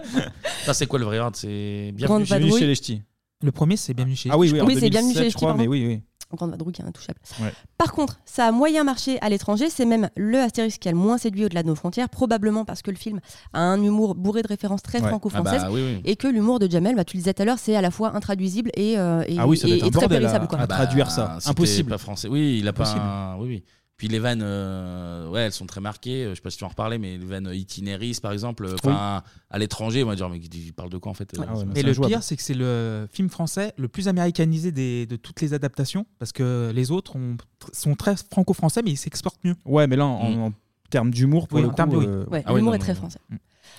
Speaker 2: Ça, c'est quoi le vrai ordre C'est
Speaker 10: Grande
Speaker 2: Bienvenue
Speaker 10: Bienvenue Vadrouille. chez les
Speaker 11: Ch'tis.
Speaker 5: Le premier, c'est Bienvenue chez les
Speaker 11: Ah oui, oui,
Speaker 5: Ch'tis.
Speaker 11: en
Speaker 10: oui, c'est Bienvenue chez les
Speaker 11: je crois,
Speaker 10: Ch'tis,
Speaker 11: mais oui, oui.
Speaker 10: Grande Vadrouille qui est intouchable.
Speaker 11: Ouais.
Speaker 10: Par contre, ça a moyen marché à l'étranger. C'est même le Astérix qui a le moins séduit au-delà de nos frontières, probablement parce que le film a un humour bourré de références très
Speaker 11: Ouais.
Speaker 10: franco-françaises
Speaker 11: Ah bah oui, oui.
Speaker 10: et que l'humour de Jamel, bah, tu le disais tout à l'heure, c'est à la fois intraduisible et, euh, et-
Speaker 11: Ah oui, ça doit
Speaker 10: et-
Speaker 11: être un
Speaker 10: et très
Speaker 11: bordel Ah bah, à-
Speaker 10: périssable. quoi.
Speaker 11: à traduire ça.
Speaker 2: Ah, si t'es
Speaker 11: Impossible.
Speaker 2: Pas français. Oui, il a
Speaker 11: Impossible.
Speaker 2: pas. un- Oui, oui. Puis les vannes, euh, ouais, elles sont très marquées. Euh, Je sais pas si tu en reparlais, mais les vannes itinéristes, par exemple, euh, enfin, à l'étranger, on va dire, mais il parle de quoi en fait euh, c'est-
Speaker 5: et Ah, le pire, c'est que c'est le film français le plus américanisé des- de toutes les adaptations, parce que les autres ont- sont très franco-français, mais ils s'exportent mieux.
Speaker 11: Ouais, mais là, en, en termes d'humour, pour
Speaker 5: Oui,
Speaker 11: le
Speaker 5: en
Speaker 11: coup,
Speaker 5: termes de- oui.
Speaker 11: euh,
Speaker 10: Ouais,
Speaker 11: ah ouais,
Speaker 10: l'humour
Speaker 11: non,
Speaker 10: est très
Speaker 11: non.
Speaker 10: français.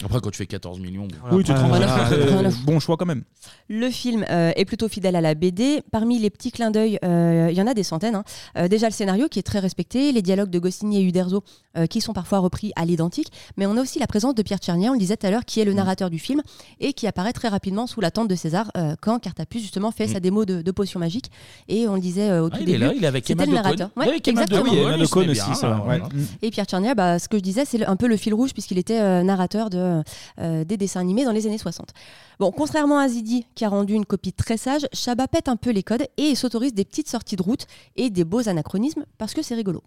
Speaker 2: Après, quand tu fais 14 millions. Ah,
Speaker 11: Voilà. Oui, tu te rends compte,
Speaker 10: Rien à
Speaker 11: euh,
Speaker 10: foutre.
Speaker 11: Bon choix quand même.
Speaker 10: Le film euh, est plutôt fidèle à la BD. Parmi les petits clins d'œil, euh, il y en a des centaines. hein. Euh, déjà le scénario qui est très respecté, les dialogues de Goscinny et Uderzo euh, qui sont parfois repris à l'identique, mais on a aussi la présence de Pierre Tchernia, on le disait tout à l'heure,
Speaker 2: Mm.
Speaker 10: qui est le narrateur du film et qui apparaît très rapidement sous la tente de César euh, quand Cartapus justement fait
Speaker 2: Mm.
Speaker 10: sa démo de, de potion magique. Et on le disait euh, au
Speaker 2: Ah, il
Speaker 10: tout
Speaker 2: est
Speaker 10: début,
Speaker 2: là, il est avec
Speaker 10: c'était
Speaker 2: Emma
Speaker 10: le
Speaker 2: de
Speaker 10: narrateur.
Speaker 2: Cônes. Il est avec
Speaker 5: Ah
Speaker 2: Emma de
Speaker 10: exactement.
Speaker 2: Cônes.
Speaker 11: Ah Oui, il y a Emma
Speaker 2: il se
Speaker 11: Lecon
Speaker 2: met
Speaker 11: aussi,
Speaker 2: bien,
Speaker 5: hein,
Speaker 11: ça,
Speaker 2: là,
Speaker 11: ouais.
Speaker 2: voilà.
Speaker 11: Mm.
Speaker 10: Et Pierre Tchernia, bah, ce que je disais, c'est le- un peu le fil rouge puisqu'il était euh, narrateur de, euh, des dessins animés dans les années 60. Bon, contrairement à Zidi, qui a rendu une copie très sage, Chabat pète un peu les codes et s'autorise des petites sorties de route et des beaux anachronismes parce que c'est rigolo.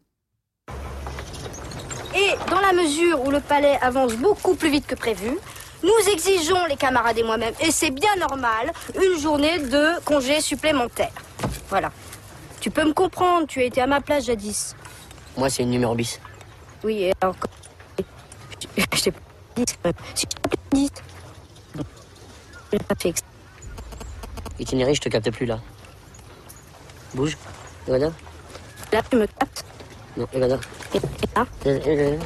Speaker 1: Et dans la mesure où le palais avance beaucoup plus vite que prévu, nous exigeons, les camarades et moi-même, et c'est bien normal, une journée de congé supplémentaire. Voilà. Tu peux me comprendre, tu as été à ma place jadis.
Speaker 15: Moi, c'est une numéro bis.
Speaker 1: Oui, et encore. Je je t'ai pas dit, c'est même- si je t'ai pas dit. J'ai pas fait exprès.
Speaker 15: Itinéraire, je te capte plus là. Bouge. Evada
Speaker 1: Là, tu me captes.
Speaker 15: Non, Evada.
Speaker 1: Et, et là,
Speaker 15: Euh, euh,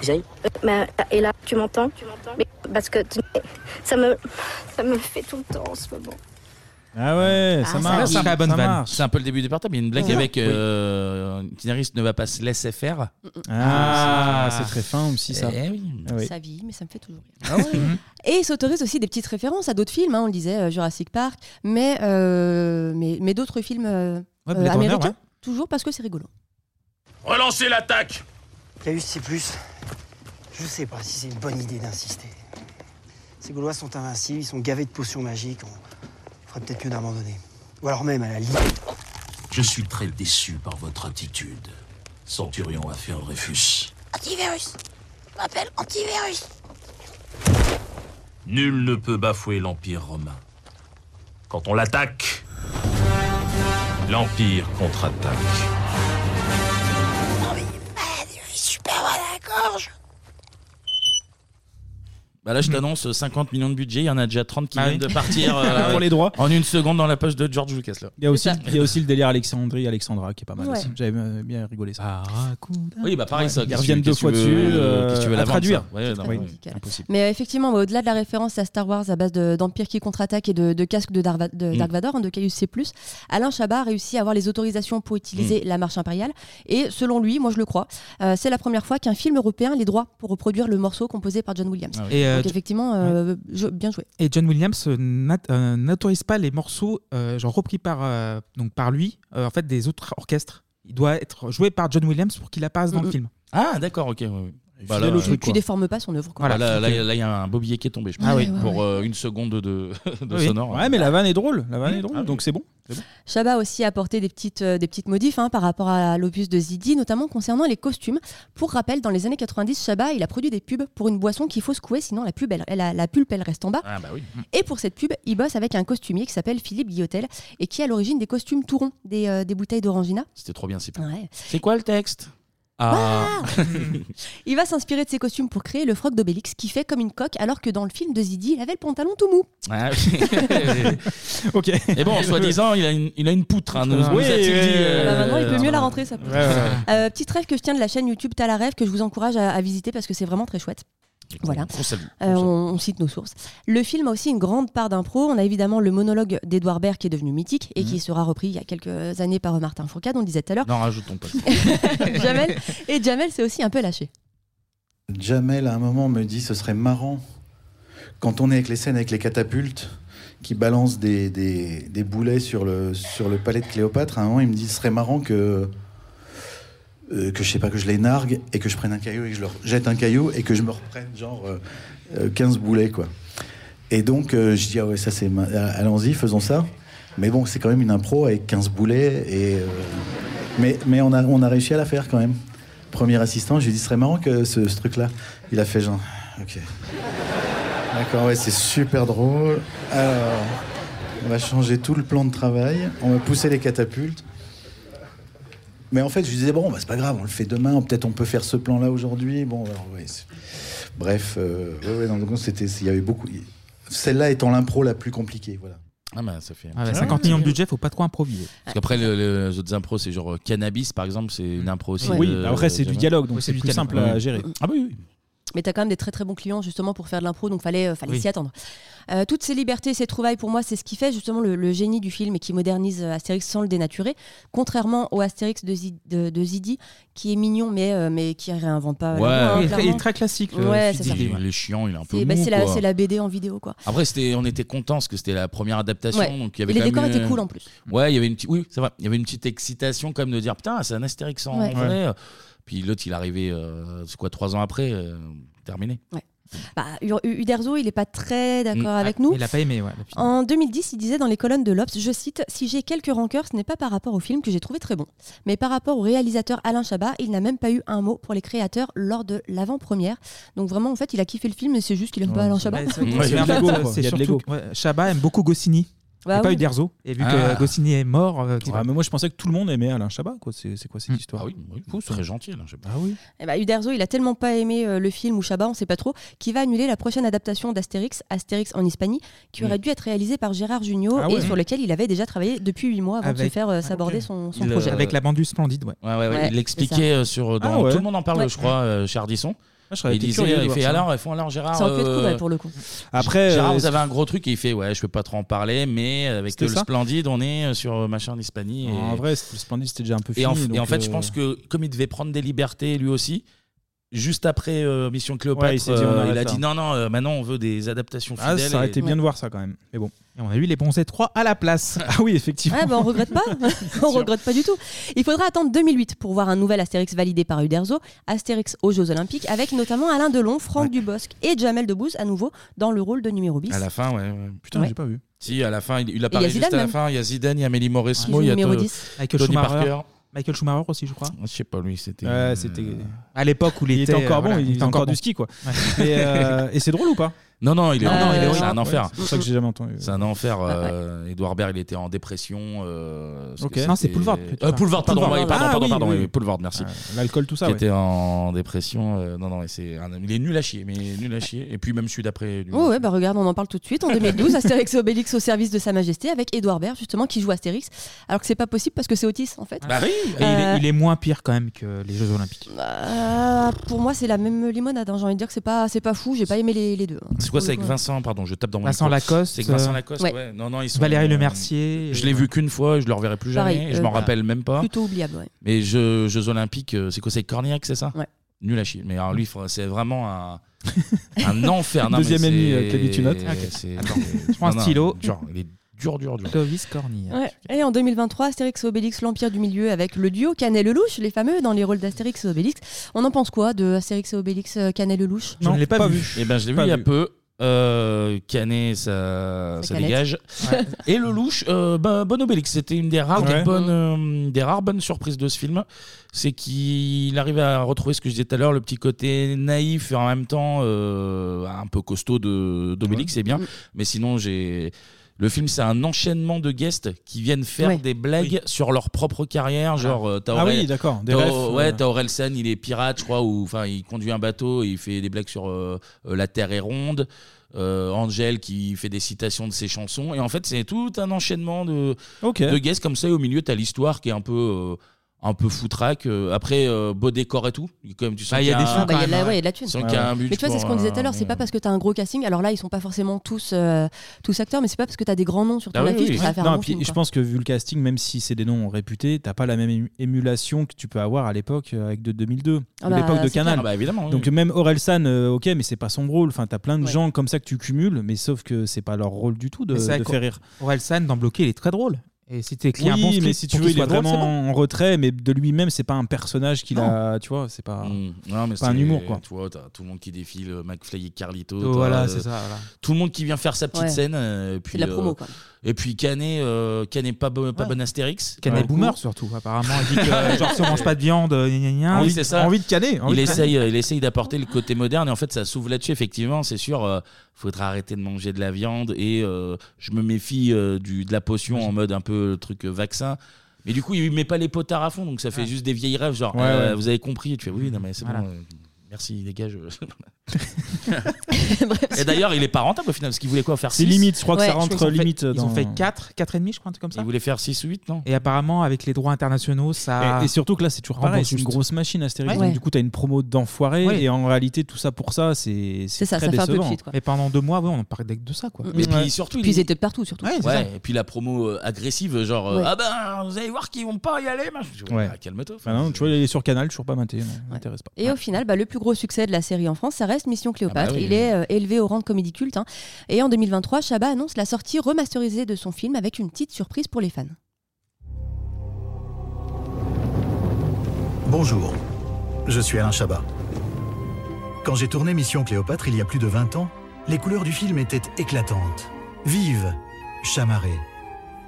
Speaker 15: Essaye.
Speaker 1: euh, mais- et là, tu m'entends Tu m'entends Mais parce que tu- ça me, ça me fait tout le temps en ce moment.
Speaker 11: Ah ouais, ça marche.
Speaker 2: C'est
Speaker 11: ça marche.
Speaker 2: un peu le début du partage. Il y a une blague
Speaker 11: Ouais.
Speaker 2: avec
Speaker 11: Oui.
Speaker 2: euh, Itinériste ne va pas se laisser faire.
Speaker 11: Ah, c'est très fin aussi, ça.
Speaker 2: Eh oui.
Speaker 11: Ah oui.
Speaker 10: Sa vie, mais ça me fait toujours rire.
Speaker 2: Ah ouais.
Speaker 10: Et il s'autorise aussi des petites références à d'autres films, hein, on le disait, euh, Jurassic Park, mais, euh, mais, mais d'autres films euh,
Speaker 11: Ouais,
Speaker 10: euh,
Speaker 11: Blade Runner,
Speaker 10: américains,
Speaker 11: ouais.
Speaker 10: toujours parce que c'est rigolo.
Speaker 7: Relancez l'attaque
Speaker 23: Caius Ciplus, je sais pas si c'est une bonne idée d'insister. Ces Gaulois sont invincibles, ils sont gavés de potions magiques. On ferait peut-être mieux d'abandonner. Ou alors même à la limite.
Speaker 24: Je suis très déçu par votre attitude. Centurion a fait un refus.
Speaker 1: Antivirus Je m'appelle Antivirus
Speaker 24: Nul ne peut bafouer l'Empire romain. Quand on l'attaque, l'Empire contre-attaque.
Speaker 1: super à la gorge
Speaker 2: Bah là, je t'annonce 50 millions de budget. Il y en a déjà 30 qui
Speaker 11: Ah
Speaker 2: viennent
Speaker 11: oui.
Speaker 2: de partir euh,
Speaker 11: Pour les droits.
Speaker 2: En une seconde dans la poche de George Lucas. Là.
Speaker 11: Il y, a aussi, il y a aussi le délire Alexandrie, Alexandra qui est pas mal
Speaker 2: Ouais.
Speaker 11: aussi. J'avais euh, bien rigolé ça.
Speaker 2: Oui, bah pareil, ça.
Speaker 11: Ils
Speaker 2: qu'est-ce
Speaker 11: reviennent
Speaker 2: que-
Speaker 11: deux
Speaker 2: qu'est-ce
Speaker 11: fois
Speaker 2: que
Speaker 11: dessus.
Speaker 2: tu veux-
Speaker 11: euh,
Speaker 2: qu'est-ce que tu veux
Speaker 11: à
Speaker 2: la vendre,
Speaker 11: traduire.
Speaker 2: ça Ouais, non,
Speaker 11: Oui,
Speaker 2: ouais.
Speaker 11: impossible.
Speaker 10: Mais euh, effectivement, bah, au-delà de la référence à Star Wars à base de- d'Empire qui contre-attaque et de, de casque de, Darva- de
Speaker 11: Mm.
Speaker 10: Dark Vador, hein, de Caius C+, Alain Chabat a réussi à avoir les autorisations pour utiliser la marche impériale. Et selon lui, moi je le crois, euh, c'est la première fois qu'un film européen a les droits pour reproduire le morceau composé par John Williams.
Speaker 5: oui. Et, euh,
Speaker 10: Donc effectivement, euh, je- bien joué.
Speaker 5: Et John Williams euh, n'a- euh, n'autorise pas les morceaux euh, genre repris par, euh, donc par lui, euh, en fait, des autres orchestres. Il doit être joué par John Williams pour qu'il apparaisse dans le
Speaker 10: Mm.
Speaker 5: film.
Speaker 2: Ah, d'accord, ok. ouais, ouais. Bah, là,
Speaker 10: tu,
Speaker 2: ouais.
Speaker 10: tu déformes pas son œuvre. quoi.
Speaker 2: Voilà, là, là, là, il y a un bobier qui est tombé, je pense.
Speaker 10: Ah oui.
Speaker 2: pour euh, une seconde de, de
Speaker 11: Oui.
Speaker 2: sonore.
Speaker 11: Ouais, mais la vanne est drôle. La vanne est
Speaker 2: Ah
Speaker 11: drôle, donc c'est bon.
Speaker 10: Chabat a aussi apporté des petites, euh, des petites modifs hein, par rapport à l'opus de Zidi, notamment concernant les costumes. Pour rappel, dans les années 90, Chabat il a produit des pubs pour une boisson qu'il faut secouer, sinon la, pub, elle- la, la pulpe elle reste en bas.
Speaker 2: Ah, bah oui.
Speaker 10: Et pour cette pub, il bosse avec un costumier qui s'appelle Philippe Guillotel et qui est à l'origine des costumes tout ronds, des, euh, des bouteilles d'orangina.
Speaker 2: C'était trop bien, c'est
Speaker 10: Ouais.
Speaker 2: C'est quoi le texte Ah
Speaker 10: Il va s'inspirer de ses costumes pour créer le froc d'Obélix qui fait comme une coque, alors que dans le film de Zidi, il avait le pantalon tout mou.
Speaker 2: Ah, oui. ok. Et bon, soi-disant, il a une, il a une poutre. hein, nous- nous
Speaker 11: Oui,
Speaker 2: a-t-il dit,
Speaker 11: oui,
Speaker 2: euh,
Speaker 11: oui, oui.
Speaker 10: Bah, Maintenant, il peut
Speaker 2: euh,
Speaker 10: mieux la rentrer, ça peut.
Speaker 11: Ouais, ouais.
Speaker 10: Euh, petite rêve que je tiens de la chaîne YouTube T'as la rêve que je vous encourage à, à visiter parce que c'est vraiment très chouette. Voilà.
Speaker 2: On salue.
Speaker 10: Euh, on, on cite nos sources. Le film a aussi une grande part d'impro. On a évidemment le monologue d'Edouard Baird qui est devenu mythique et qui sera repris il y a quelques années par Martin Fourcade, on le disait tout à l'heure.
Speaker 2: N'en rajoutons pas.
Speaker 10: Jamel, et Jamel s'est aussi un peu lâché.
Speaker 12: Jamel, à un moment, me dit ce serait marrant quand on est avec les scènes avec les catapultes qui balancent des, des- des boulets sur le, sur le palais de Cléopâtre. À un moment, il me dit ce serait marrant que euh, que je sais pas, que je les nargue et que je prenne un caillou et que je leur jette un caillou et que je me reprenne genre euh, euh, 15 boulets quoi. Et donc euh, je dis ah ouais ça c'est ma- euh, allons-y faisons ça. Mais bon c'est quand même une impro avec 15 boulets et euh, mais mais on a on a réussi à la faire quand même. Premier assistant je lui ai dit ce serait marrant que ce, ce truc là il a fait genre ok d'accord ouais c'est super drôle. Alors on va changer tout le plan de travail on va pousser les catapultes. Mais en fait, je disais, bon, bah, c'est pas grave, on le fait demain, peut-être on peut faire ce plan-là aujourd'hui. Bon, alors, ouais, c'est- Bref, euh, ouais, ouais, non, donc, c'était, il y avait beaucoup. Celle-là étant l'impro la plus compliquée, voilà.
Speaker 2: Ah bah ça fait.
Speaker 5: Ah bah, 50 millions de budget, faut pas trop improviser.
Speaker 2: Parce qu'après, le- le- les autres impros, c'est genre euh, cannabis, par exemple, c'est une impro aussi. euh,
Speaker 11: Oui, bah
Speaker 2: de-
Speaker 11: après,
Speaker 5: euh,
Speaker 11: c'est
Speaker 2: de-
Speaker 11: du dialogue, donc
Speaker 2: Oui,
Speaker 11: c'est
Speaker 2: du
Speaker 11: plus
Speaker 2: dialogue.
Speaker 11: simple à
Speaker 2: Oui.
Speaker 11: gérer.
Speaker 2: Ah bah oui, oui.
Speaker 10: Mais t'as quand même des très très bons clients justement pour faire de l'impro, donc fallait, euh, fallait
Speaker 2: Oui.
Speaker 10: s'y attendre. Euh, toutes ces libertés, ces trouvailles, pour moi, c'est ce qui fait justement le, le génie du film et qui modernise euh, Astérix sans le dénaturer. Contrairement au Astérix de, Zi- de- de Zidi, qui est mignon, mais, euh, mais qui réinvente pas.
Speaker 2: Ouais.
Speaker 10: la roue, hein,
Speaker 2: Il est très-
Speaker 10: clairement.
Speaker 2: il est très classique, euh,
Speaker 5: le
Speaker 10: Ouais, c'est
Speaker 2: Il
Speaker 10: ça.
Speaker 2: est- il est chiant, il est un peu.
Speaker 10: C'est bah,
Speaker 2: mou,
Speaker 10: c'est la,
Speaker 2: quoi.
Speaker 10: c'est la BD en vidéo, quoi.
Speaker 2: Après, c'était, on était contents parce que c'était la première adaptation,
Speaker 10: Ouais.
Speaker 2: donc il y avait
Speaker 10: Et les
Speaker 2: quand même
Speaker 10: décors
Speaker 2: une-
Speaker 10: étaient cool, en plus.
Speaker 2: Ouais, il y avait une petite, oui, c'est vrai. Il y avait une petite excitation quand même de dire putain, c'est un Astérix en
Speaker 10: Ouais.
Speaker 2: vrai. Puis l'autre, il est arrivé, euh, c'est quoi, trois ans après, euh, terminé.
Speaker 10: Bah, U- U- Uderzo, il est pas très
Speaker 2: Mm.
Speaker 10: d'accord avec nous.
Speaker 5: Il a pas aimé, ouais.
Speaker 10: En 2010, il disait dans les colonnes de l'Obs, je cite, Si j'ai quelques rancœurs, ce n'est pas par rapport au film que j'ai trouvé très bon, mais par rapport au réalisateur Alain Chabat, il n'a même pas eu un mot pour les créateurs lors de l'avant-première. Donc vraiment, en fait, il a kiffé le film, mais c'est juste qu'il aime pas Alain Chabat.
Speaker 5: Ouais, c'est- c'est- en fait, c'est surtout que, ouais, Chabat aime beaucoup Goscinny.
Speaker 10: Bah
Speaker 5: et pas
Speaker 10: oui.
Speaker 5: Uderzo. Et vu
Speaker 11: Ah.
Speaker 5: que Goscinny est mort. euh, qui-
Speaker 11: Ah, mais moi, je pensais que tout le monde aimait Alain Chabat. Quoi. C'est, c'est quoi
Speaker 2: Hmm.
Speaker 11: cette histoire Ah oui,
Speaker 2: très gentil, Alain Chabat.
Speaker 11: Ah oui.
Speaker 10: Eh ben, Uderzo, il a tellement pas aimé euh, le film ou Chabat, on sait pas trop, qu'il va annuler la prochaine adaptation d'Astérix, Astérix en Hispanie, qui aurait
Speaker 5: Mm.
Speaker 10: dû être réalisée par Gérard Jugnot
Speaker 5: Ah ouais.
Speaker 10: et sur lequel il avait déjà travaillé depuis 8 mois avant de se
Speaker 5: Avec-
Speaker 10: faire
Speaker 11: Ah,
Speaker 10: euh, saborder son, son
Speaker 2: Il,
Speaker 10: projet.
Speaker 2: euh,
Speaker 5: Avec la bandule splendide, ouais.
Speaker 2: Ouais, ouais, ouais.
Speaker 10: Ouais,
Speaker 2: il
Speaker 10: c'est
Speaker 2: l'expliquait
Speaker 10: ça.
Speaker 2: euh, sur. Dans,
Speaker 5: Ah ouais.
Speaker 2: Tout le monde en parle,
Speaker 5: Ouais.
Speaker 2: je crois, euh, chez Ardisson.
Speaker 11: Ah, je serais
Speaker 2: il
Speaker 11: été
Speaker 2: disait,
Speaker 11: curieux de
Speaker 2: il
Speaker 11: voir
Speaker 2: fait
Speaker 11: ça.
Speaker 2: alors, ils font alors Gérard.
Speaker 10: Ça aurait pu être cool, ouais, pour le coup.
Speaker 11: Après,
Speaker 2: Gérard,
Speaker 11: euh,
Speaker 2: vous avez un gros truc et il fait, ouais, je peux pas trop en parler, mais avec
Speaker 11: C'était
Speaker 2: le
Speaker 11: ça
Speaker 2: Splendide, on est euh, sur euh, machin d'Hispanie. Et...
Speaker 11: En vrai, c'est- le Splendid, c'était déjà un peu
Speaker 2: Et
Speaker 11: fini.
Speaker 2: en, et
Speaker 11: donc,
Speaker 2: en fait, je
Speaker 11: euh,
Speaker 2: pense que comme il devait prendre des libertés lui aussi, juste après euh, Mission Cléopâtre,
Speaker 11: Ouais, il s'est dit, on
Speaker 2: euh, il
Speaker 11: arrête
Speaker 2: a
Speaker 11: là.
Speaker 2: dit non, non, euh, maintenant on veut des adaptations
Speaker 11: Ah,
Speaker 2: fidèles.
Speaker 11: ça aurait
Speaker 2: et-
Speaker 11: été bien de voir ça quand même. Mais bon.
Speaker 5: Et on a eu les bons étroits à la place.
Speaker 11: Ah oui, effectivement.
Speaker 10: Ah bah on regrette pas, on regrette pas du tout. Il faudra attendre 2008 pour voir un nouvel Astérix validé par Uderzo, Astérix aux Jeux Olympiques, avec notamment Alain Delon, Franck Dubosc et Jamel Debbouze à nouveau dans le rôle de numéro 10.
Speaker 2: À la fin, ouais. ouais.
Speaker 11: Putain,
Speaker 10: Ouais.
Speaker 11: j'ai pas vu.
Speaker 2: Si, à la fin, il, il
Speaker 10: il y
Speaker 2: apparaît
Speaker 10: a
Speaker 2: juste
Speaker 10: Zidane
Speaker 2: à la
Speaker 10: même.
Speaker 2: fin. Il y a Zidane, il y a Amélie
Speaker 5: Ah,
Speaker 2: Mauresmo,
Speaker 10: Ils
Speaker 2: il y
Speaker 10: ont
Speaker 2: a
Speaker 10: numéro
Speaker 2: To-
Speaker 10: 10.
Speaker 5: Michael
Speaker 2: Tony
Speaker 5: Schumacher.
Speaker 2: Parker.
Speaker 5: Michael Schumacher aussi, je crois.
Speaker 2: Je sais pas, lui, c'était.
Speaker 11: Ouais, c'était.
Speaker 5: À l'époque où il,
Speaker 11: Il était
Speaker 5: euh,
Speaker 11: encore bon,
Speaker 5: voilà,
Speaker 11: il était encore du ski, quoi.
Speaker 5: Ouais. Ah,
Speaker 11: Et, euh, et c'est drôle ou pas
Speaker 2: Non, non, il est,
Speaker 11: Non, non, il est
Speaker 2: c'est
Speaker 11: horrible.
Speaker 2: un enfer.
Speaker 11: Ouais, c'est pour ça que j'ai jamais entendu. Ah,
Speaker 2: C'est un enfer. euh, Edouard Baird, il était en dépression. euh, parce
Speaker 11: Ok.
Speaker 2: que
Speaker 11: Non,
Speaker 2: c'était-
Speaker 11: c'est Poulvord, plutôt.
Speaker 2: Euh, Poulvord, pardon,
Speaker 11: Poulvord.
Speaker 2: ouais, pardon,
Speaker 11: Ah,
Speaker 2: pardon,
Speaker 11: oui,
Speaker 2: pardon,
Speaker 11: oui,
Speaker 2: oui,
Speaker 11: oui.
Speaker 2: Poulvord, merci.
Speaker 11: Ah, l'alcool, tout ça,
Speaker 2: Qui
Speaker 11: ouais.
Speaker 2: était en dépression. euh, non, non, mais c'est un- il est nul à chier, mais nul à chier. Et puis même celui d'après. lui.
Speaker 10: Oh ouais, bah regarde, on en parle tout de suite. En 2012, Astérix et Obélix au service de Sa Majesté avec Édouard Baird, justement, qui joue Astérix. Alors que c'est pas possible parce que c'est autiste, en fait.
Speaker 5: Bah Et il,
Speaker 10: Euh,
Speaker 5: est, il est moins pire quand même que les Jeux Olympiques.
Speaker 10: euh, pour moi, c'est la même limonade. hein. J'ai envie de dire que c'est pas, c'est pas fou. J'ai pas aimé les, les deux. hein.
Speaker 2: C'est quoi, c'est avec
Speaker 10: Ouais.
Speaker 2: Vincent, pardon, je tape dans mon
Speaker 5: Vincent
Speaker 2: micro.
Speaker 5: Lacoste,
Speaker 2: C'est avec Vincent
Speaker 5: euh,
Speaker 2: Lacoste,
Speaker 10: ouais.
Speaker 2: ouais. Non, non, ils sont,
Speaker 5: Valérie
Speaker 2: euh,
Speaker 5: Lemercier,
Speaker 2: Je l'ai
Speaker 5: euh,
Speaker 2: vu qu'une fois, je le reverrai plus jamais,
Speaker 10: Pareil,
Speaker 2: et je
Speaker 10: euh,
Speaker 2: m'en rappelle même pas.
Speaker 10: Plutôt oubliable, ouais.
Speaker 2: Mais Jeux, Jeux Olympiques, euh, c'est quoi, c'est avec Cornillac, c'est ça
Speaker 10: Ouais.
Speaker 2: Nul à chier. Mais alors lui, faut- c'est vraiment un, un enfer. Non,
Speaker 11: Deuxième
Speaker 2: mais
Speaker 11: ennemi,
Speaker 2: c'est-
Speaker 11: euh, Clémy Tunotte.
Speaker 2: c'est-
Speaker 11: Ah, ok.
Speaker 2: c'est-
Speaker 11: Attends,
Speaker 2: c'est-
Speaker 11: je prends un
Speaker 2: non, non,
Speaker 11: stylo.
Speaker 2: Dur, il est dur, dur, dur.
Speaker 5: Clovis Cornillac.
Speaker 10: Ouais. Et en 2023, Astérix et Obélix, l'Empire du Milieu, avec le duo Canet Lelouch, les fameux dans les rôles d'Astérix et Obélix. On en pense quoi de Astérix et Obélix, euh, Canet Lelouch
Speaker 11: Je ne l'ai pas vu.
Speaker 2: Eh ben, je l'ai vu
Speaker 11: Pas
Speaker 2: il y a
Speaker 11: vu.
Speaker 2: peu. Euh, Canet, ça, ça
Speaker 10: canette.
Speaker 2: dégage.
Speaker 10: Ouais.
Speaker 2: Et Lelouch, euh, bah, bon Obélix, c'était une des rares,
Speaker 11: Ouais.
Speaker 2: des bonnes, euh, des rares bonnes surprises de ce film. C'est qu'il arrive à retrouver ce que je disais tout à l'heure, le petit côté naïf et en même temps euh, un peu costaud de- d'Obélix, c'est bien. Mais sinon, j'ai. Le film, c'est un enchaînement de guests qui viennent faire
Speaker 11: Ouais.
Speaker 2: des blagues sur leur propre carrière. Genre, euh, t'as
Speaker 11: Ah
Speaker 2: Aurel-
Speaker 11: oui, d'accord, des
Speaker 2: t'as-
Speaker 11: refs,
Speaker 2: ouais,
Speaker 11: euh.
Speaker 2: t'as Orelsan, il est pirate, je crois, ou enfin, il conduit un bateau et il fait des blagues sur euh, euh, la Terre est ronde. Euh, Angel qui fait des citations de ses chansons. Et en fait, c'est tout un enchaînement de,
Speaker 11: Ok.
Speaker 2: de guests comme ça. Et au milieu, t'as l'histoire qui est un peu. euh, un peu foutraque. Euh, Après, euh, beau décor et tout. Quand même, tu sens
Speaker 5: Ah, il y a
Speaker 2: qu'il
Speaker 5: des
Speaker 2: un-
Speaker 5: sous Ah,
Speaker 10: Bah, il y a de la, ouais, il y a de la thune.
Speaker 2: Tu sens qu'il y a un but
Speaker 10: mais tu vois, c'est ce
Speaker 2: pour
Speaker 10: qu'on disait tout à
Speaker 2: un-
Speaker 10: l'heure. C'est pas parce que t'as un gros casting. Alors là, ils sont pas forcément tous, euh, tous acteurs, mais c'est pas parce que t'as des grands noms sur ton
Speaker 11: Ah oui,
Speaker 10: affiche
Speaker 11: oui.
Speaker 10: que ça va faire
Speaker 11: Non,
Speaker 10: un
Speaker 11: et
Speaker 10: bon
Speaker 11: puis,
Speaker 10: film,
Speaker 11: je
Speaker 10: quoi.
Speaker 11: pense que vu le casting, même si c'est des noms réputés, t'as pas la même ému- émulation que tu peux avoir à l'époque euh, avec de 2002,
Speaker 10: Ah
Speaker 11: à
Speaker 10: bah,
Speaker 11: l'époque de
Speaker 10: c'est
Speaker 11: Canal.
Speaker 10: clair. Ah bah, évidemment, oui.
Speaker 11: Donc même Orelsan, euh, ok, mais c'est pas son rôle. Enfin, t'as plein de gens comme ça que tu cumules, mais sauf que c'est pas leur rôle du tout de,
Speaker 5: Mais c'est vrai
Speaker 11: de
Speaker 5: qu'au-
Speaker 11: faire rire.
Speaker 5: Orelsan dans Bloqué, il est très drôle. Et si t'écris un bon
Speaker 11: Oui,
Speaker 5: script
Speaker 11: mais si tu
Speaker 5: pour
Speaker 11: veux,
Speaker 5: qu'il
Speaker 11: il est
Speaker 5: soit drôle,
Speaker 11: vraiment
Speaker 5: c'est bon.
Speaker 11: en retrait, mais de lui-même, c'est pas un personnage qu'il a. Tu vois, c'est pas,
Speaker 2: Mm. Non, mais
Speaker 11: pas un
Speaker 2: c'est-
Speaker 11: humour, quoi.
Speaker 2: Tu vois, t'as tout le monde qui défile, euh, McFly et Carlito.
Speaker 11: Oh,
Speaker 2: t'as,
Speaker 11: voilà,
Speaker 2: euh,
Speaker 11: c'est ça, voilà.
Speaker 2: Tout le monde qui vient faire sa petite
Speaker 11: Ouais.
Speaker 2: scène. euh, Et puis,
Speaker 11: C'est de la promo, quoi.
Speaker 2: Et puis Canet, euh, Canet pas, bo- pas bon Astérix.
Speaker 5: Canet
Speaker 2: Ouais.
Speaker 5: boomer surtout, apparemment. Il dit que, euh, genre, si on mange pas de viande, euh, gna gna gna,
Speaker 2: Ah Oui,
Speaker 5: envie,
Speaker 2: c'est ça.
Speaker 5: envie de caner.
Speaker 2: il,
Speaker 5: envie de caner.
Speaker 2: essaye, il essaye d'apporter le côté moderne et en fait ça s'ouvre là-dessus effectivement c'est sûr euh, faudra arrêter de manger de la viande et euh, je me méfie euh, du, de la potion en mode un peu le truc euh, vaccin mais du coup il met pas les potards à fond donc ça fait juste des vieilles rêves genre
Speaker 11: Ouais,
Speaker 2: euh,
Speaker 11: ouais.
Speaker 2: vous avez compris tu fais oui non mais c'est
Speaker 11: Voilà.
Speaker 2: bon euh, merci dégage euh, et d'ailleurs il est pas rentable au final parce qu'il voulait quoi faire
Speaker 11: C'est
Speaker 2: 6
Speaker 11: limite, je crois que Ouais, ça je
Speaker 5: crois rentre qu'ils ont fait- limite ils ont dans- fait quatre, 4 et demi je crois un truc comme
Speaker 2: ça ils voulaient faire 6 ou 8 non
Speaker 5: Et apparemment, avec les droits internationaux, ça.
Speaker 11: Et, et surtout que là, c'est toujours
Speaker 5: Rembourse
Speaker 11: pareil, c'est une
Speaker 5: Ah. juste.
Speaker 11: grosse machine Astérix.
Speaker 5: Ouais.
Speaker 11: Donc,
Speaker 5: Ouais.
Speaker 11: du coup, t'as une promo d'enfoiré,
Speaker 5: Ouais.
Speaker 11: et en réalité, tout ça pour ça, c'est c'est très décevant.
Speaker 5: Mais pendant deux mois, ouais, on en parlait que de ça, quoi.
Speaker 2: Mais puis surtout,
Speaker 10: Puis ils étaient de partout, surtout.
Speaker 2: Ouais, et puis la promo euh, agressive, genre euh,
Speaker 10: Ouais.
Speaker 2: ah ben vous allez voir qu'ils vont pas y aller. machin. Je dis,
Speaker 11: Ouais.
Speaker 2: bah, Calme-toi.
Speaker 11: Enfin, non, tu vois, il est sur Canal, toujours pas maté, non, m'intéresse pas.
Speaker 10: Et au final, bah, le plus gros succès de la série en France, ça reste Mission Cléopâtre.
Speaker 11: Ah bah oui,
Speaker 10: Il
Speaker 11: oui.
Speaker 10: est euh, élevé au rang de comédie culte. hein. Et en 2023, Chabat annonce la sortie remasterisée de son film avec une petite surprise pour les fans.
Speaker 4: Bonjour, je suis Alain Chabat. Quand j'ai tourné Mission Cléopâtre il y a plus de 20 ans, les couleurs du film étaient éclatantes, vives, chamarrées.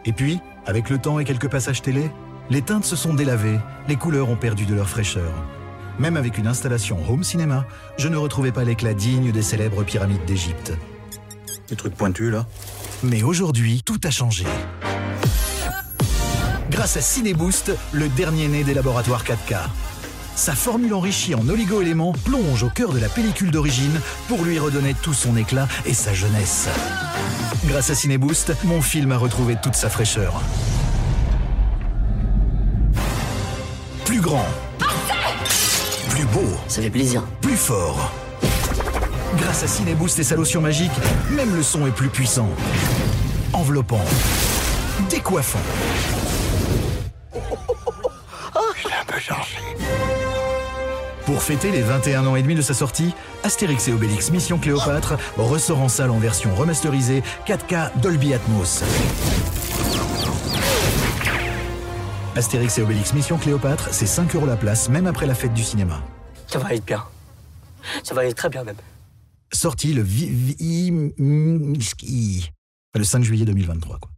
Speaker 4: Et puis, avec le temps et quelques passages télé, les teintes se sont délavées, les couleurs ont perdu de leur fraîcheur. Même avec une installation home cinéma, je ne retrouvais pas l'éclat digne des célèbres pyramides d'Égypte.
Speaker 17: Les trucs pointus, là
Speaker 4: Mais aujourd'hui, tout a changé. Grâce à Cineboost, le dernier né des laboratoires 4K. Sa formule enrichie en oligo-éléments plonge au cœur de la pellicule d'origine pour lui redonner tout son éclat et sa jeunesse. Grâce à Cineboost, mon film a retrouvé toute sa fraîcheur. Plus grand. Plus beau. Ça fait plaisir. Plus fort. Grâce à Cineboost et sa lotion magique, même le son est plus puissant. Enveloppant. Décoiffant.
Speaker 17: Je l'ai un peu changé.
Speaker 4: Pour fêter les 21 ans et demi de sa sortie, Astérix et Obélix Mission Cléopâtre ressort en salle en version remasterisée 4K Dolby Atmos. Astérix et Obélix Mission Cléopâtre, c'est 5 euros la place, même après la fête du cinéma.
Speaker 15: Ça va être bien. Ça va être très bien même.
Speaker 4: Sorti le, vi- vi- mm, ski. le 5 juillet 2023. quoi.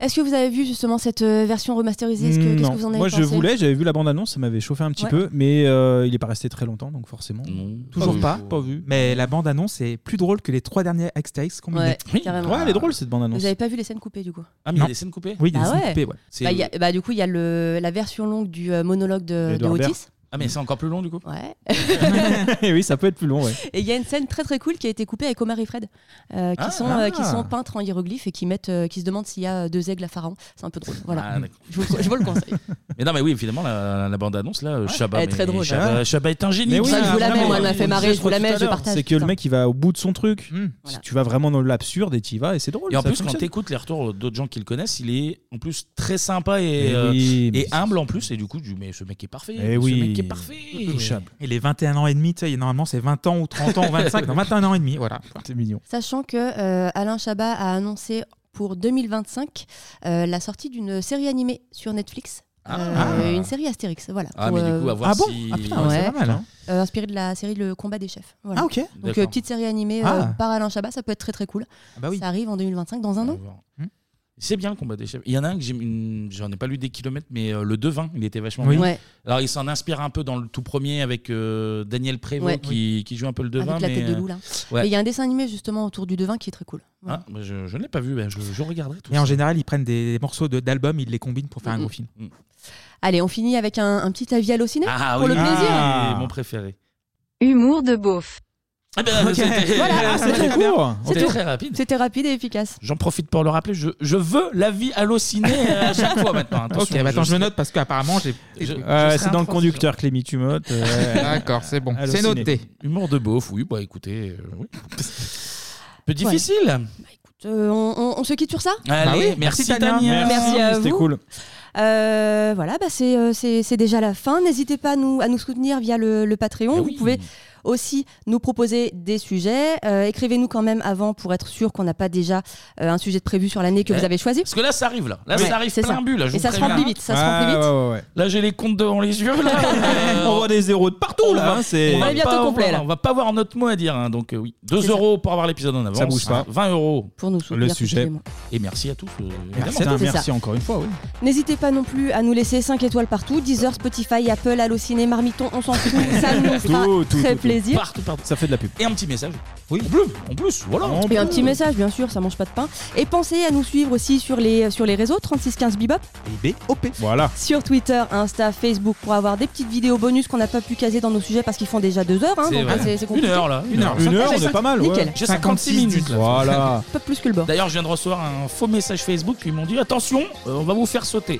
Speaker 10: Est-ce que vous avez vu justement cette euh, version remasterisée Est-ce que-
Speaker 11: Mm,
Speaker 10: Qu'est-ce
Speaker 11: non.
Speaker 10: que vous en avez
Speaker 11: Moi,
Speaker 10: pensé
Speaker 11: je voulais, j'avais vu la bande-annonce, ça m'avait chauffé un petit
Speaker 10: Ouais.
Speaker 11: peu, mais euh, il est pas resté très longtemps, donc forcément.
Speaker 5: Toujours pas.
Speaker 11: Pas vu.
Speaker 5: Mais la bande-annonce est plus drôle que les trois derniers Astérix combinés.
Speaker 10: Ouais, Oui. carrément.
Speaker 11: Ouais, elle est drôle, cette bande-annonce.
Speaker 10: Vous n'avez pas vu les scènes coupées du coup
Speaker 2: Ah, mais il y a des scènes coupées
Speaker 5: Oui, il y a
Speaker 10: Bah
Speaker 5: des scènes
Speaker 10: ouais.
Speaker 5: coupées, ouais.
Speaker 2: C'est-
Speaker 10: Bah, il y a- bah, du coup, il y a le, la version longue du euh, monologue de, de
Speaker 11: Edouard Baird.
Speaker 10: Otis.
Speaker 2: Ah mais c'est encore plus long du coup.
Speaker 10: Ouais.
Speaker 11: Et Eh oui, ça peut être plus long, ouais.
Speaker 10: Et il y a une scène très très cool qui a été coupée avec Omar et Fred, euh, qui,
Speaker 11: Ah.
Speaker 10: sont, euh, qui
Speaker 11: Ah.
Speaker 10: sont peintres en hiéroglyphes et qui, mettent, euh, qui se demandent s'il y a euh, deux aigles à Pharaon. C'est un peu drôle. Voilà.
Speaker 2: Ah, d'accord.
Speaker 10: je, vous, le- je vous le conseille.
Speaker 2: Mais non mais oui finalement la, la bande annonce là, Chabat,
Speaker 10: Elle est très
Speaker 2: mais
Speaker 10: drôle.
Speaker 2: Chabat,
Speaker 11: hein.
Speaker 10: Ouais.
Speaker 2: Chabat est un génie.
Speaker 10: Mais oui, Ça, je vous la
Speaker 2: Non,
Speaker 10: mets,
Speaker 2: mais-
Speaker 10: moi, elle m'a fait
Speaker 2: on
Speaker 10: marrer,
Speaker 2: disait
Speaker 10: je vous la
Speaker 2: tout
Speaker 10: mets,
Speaker 2: à
Speaker 10: je
Speaker 2: l'heure.
Speaker 10: partage.
Speaker 11: C'est que le
Speaker 10: putain.
Speaker 11: mec, il va au bout de son truc. Si tu vas vraiment dans l'absurde et tu y vas, et c'est drôle.
Speaker 2: Hmm. Et en
Speaker 11: ça
Speaker 2: plus, quand
Speaker 11: fonctionne.
Speaker 2: t'écoutes les retours d'autres gens qui le connaissent, il est en plus très sympa et,
Speaker 11: Mais
Speaker 2: euh,
Speaker 11: oui,
Speaker 2: et humble en plus. Et du coup, tu dis, mais ce mec est parfait.
Speaker 5: Eh
Speaker 2: ce
Speaker 5: oui.
Speaker 2: mec est parfait.
Speaker 5: Et les 21 ans et demi, tu sais, normalement c'est 20 ans ou 30 ans ou 25, non, 21 ans et demi, voilà.
Speaker 11: C'est mignon.
Speaker 10: Sachant que euh, Alain Chabat a annoncé pour 2025 euh, la sortie d'une série animée sur Netflix. Euh,
Speaker 2: Ah.
Speaker 10: Une série Astérix, voilà.
Speaker 2: Ah,
Speaker 10: Pour,
Speaker 2: mais du coup, à voir
Speaker 10: Ah bon
Speaker 2: si-
Speaker 10: Ah putain,
Speaker 2: Ouais.
Speaker 10: c'est
Speaker 2: Ouais.
Speaker 10: pas mal, hein. Euh, inspirée de la série Le Combat des Chefs. voilà.
Speaker 2: Ah, ok.
Speaker 10: Donc,
Speaker 2: D'accord.
Speaker 10: euh, petite série animée euh,
Speaker 2: Ah.
Speaker 10: par Alain Chabat, ça peut être très très cool. Ça arrive en 2025, dans un an.
Speaker 2: Ah, C'est bien le combat des chefs. Il y en a un que j'ai une- j'en ai pas lu des kilomètres, mais euh, le devin, il était vachement
Speaker 10: Oui.
Speaker 2: bien.
Speaker 10: Ouais.
Speaker 2: Alors il s'en inspire un peu dans le tout premier avec euh, Daniel Prévost
Speaker 10: Ouais.
Speaker 2: qui, qui joue un peu le devin.
Speaker 10: Avec la
Speaker 2: mais,
Speaker 10: tête de
Speaker 2: euh,
Speaker 10: loup, là.
Speaker 2: ouais.
Speaker 10: Et il y a un dessin animé justement autour du devin qui est très cool.
Speaker 2: Ah, bah, je je ne l'ai pas vu, bah, je, je regarderai tout
Speaker 5: Et en
Speaker 2: ça.
Speaker 5: général, ils prennent des morceaux de- d'albums, ils les combinent pour faire un
Speaker 10: Mm.
Speaker 5: gros film.
Speaker 10: Allez, on finit avec un, un petit avis halluciné
Speaker 2: Ah
Speaker 10: pour
Speaker 2: oui,
Speaker 10: le plaisir.
Speaker 2: c'est mon préféré.
Speaker 10: Humour de beauf.
Speaker 2: Ah ben, c'était-
Speaker 10: Voilà,
Speaker 2: c'était
Speaker 10: c'est
Speaker 2: très
Speaker 10: tout.
Speaker 2: court.
Speaker 10: C'est
Speaker 2: C'était
Speaker 10: tout.
Speaker 2: très rapide.
Speaker 10: Ah, C'était rapide et efficace.
Speaker 2: J'en profite pour le rappeler, je, je veux la vie hallucinée euh, à chaque fois maintenant.
Speaker 5: ok, bah, attends, je, note parce qu'apparemment j'ai.
Speaker 2: je- je
Speaker 11: Euh,
Speaker 2: serai
Speaker 11: c'est dans le
Speaker 2: intransigeant.
Speaker 11: conducteur, Clémy, tu notes. euh,
Speaker 5: D'accord, c'est bon. C'est
Speaker 11: halluciné.
Speaker 5: noté.
Speaker 2: Humour de beauf, oui, bah écoutez. euh, oui. Peu difficile.
Speaker 10: Euh, on, on- on se quitte sur ça
Speaker 2: Allez, Bah oui, merci, merci, Tania. Tania.
Speaker 10: Merci, à
Speaker 2: C'était
Speaker 10: vous.
Speaker 2: cool.
Speaker 10: Euh, voilà, bah, c'est, euh, c'est c'est déjà la fin. N'hésitez pas à nous, à nous soutenir via le, le
Speaker 2: Ah
Speaker 10: Patreon. Vous pouvez aussi nous proposer des sujets. Euh, Écrivez-nous quand même avant pour être sûr qu'on n'a pas déjà euh, un sujet de prévu sur l'année que
Speaker 2: Ouais.
Speaker 10: vous avez choisi.
Speaker 2: Parce que là, ça arrive là. Là,
Speaker 10: Ouais,
Speaker 2: ça arrive
Speaker 10: c'est
Speaker 2: plein
Speaker 10: ça.
Speaker 2: but. Là, je
Speaker 10: Et
Speaker 2: vous
Speaker 10: ça se
Speaker 2: préviens.
Speaker 10: remplit vite, ça se remplit vite.
Speaker 2: Là, j'ai les comptes devant les yeux. Là.
Speaker 11: On voit des zéros de partout là.
Speaker 2: va-
Speaker 11: hein, c'est-
Speaker 2: va pas avoir- on va pas avoir notre mot à dire. hein, donc, euh, oui. 2 euros pour avoir l'épisode en avance.
Speaker 11: Ça bouge pas.
Speaker 2: 20 euros
Speaker 10: pour nous
Speaker 11: soutenir, Le sujet. absolument.
Speaker 2: Et merci à tous. euh, évidemment.
Speaker 11: Merci,
Speaker 10: c'est
Speaker 11: merci
Speaker 10: ça.
Speaker 11: encore une fois. Oui.
Speaker 10: N'hésitez pas non plus à nous laisser 5 étoiles partout, Deezer, Spotify, Apple, Allociné, Marmiton, on s'en fout, ça nous fera très plaisir.
Speaker 2: Partout, partout. Ça fait de la pub. Et un petit message. Oui. En plus, en plus, voilà.
Speaker 10: Et un petit message, bien sûr, ça mange pas de pain. Et pensez à nous suivre aussi sur les, euh, sur les réseaux 3615 Bibop,
Speaker 11: BOP. Voilà.
Speaker 10: sur Twitter, Insta, Facebook pour avoir des petites vidéos bonus qu'on n'a pas pu caser dans nos sujets parce qu'ils font déjà deux heures. hein, donc, hein, c'est- c'est
Speaker 2: une
Speaker 10: compliqué.
Speaker 2: heure là.
Speaker 11: Une heure. Une heure, on
Speaker 2: c'est
Speaker 11: est pas mal, ouais.
Speaker 2: J'ai
Speaker 11: J'ai
Speaker 2: 56 minutes. là.
Speaker 11: Voilà.
Speaker 10: Pas plus que le bord.
Speaker 2: D'ailleurs, je viens de recevoir un faux message Facebook. Puis ils m'ont dit attention, euh, on va vous faire sauter.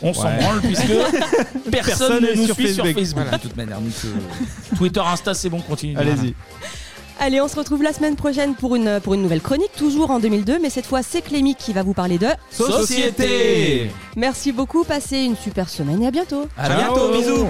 Speaker 2: On s'en
Speaker 11: Ouais.
Speaker 2: branle puisque personne
Speaker 11: Personne
Speaker 2: ne
Speaker 11: est
Speaker 2: nous
Speaker 11: sur
Speaker 2: suit sur
Speaker 11: Facebook.
Speaker 2: Facebook.
Speaker 11: Voilà.
Speaker 2: De toute manière, donc, euh, Twitter, Insta, c'est bon, continue.
Speaker 11: Allez-y.
Speaker 10: Allez, on se retrouve la semaine prochaine pour une, pour une nouvelle chronique, toujours en 2002, mais cette fois c'est Clémy qui va vous parler de
Speaker 2: Société.
Speaker 10: Merci beaucoup, passez une super semaine et à bientôt.
Speaker 2: À bientôt, bisous.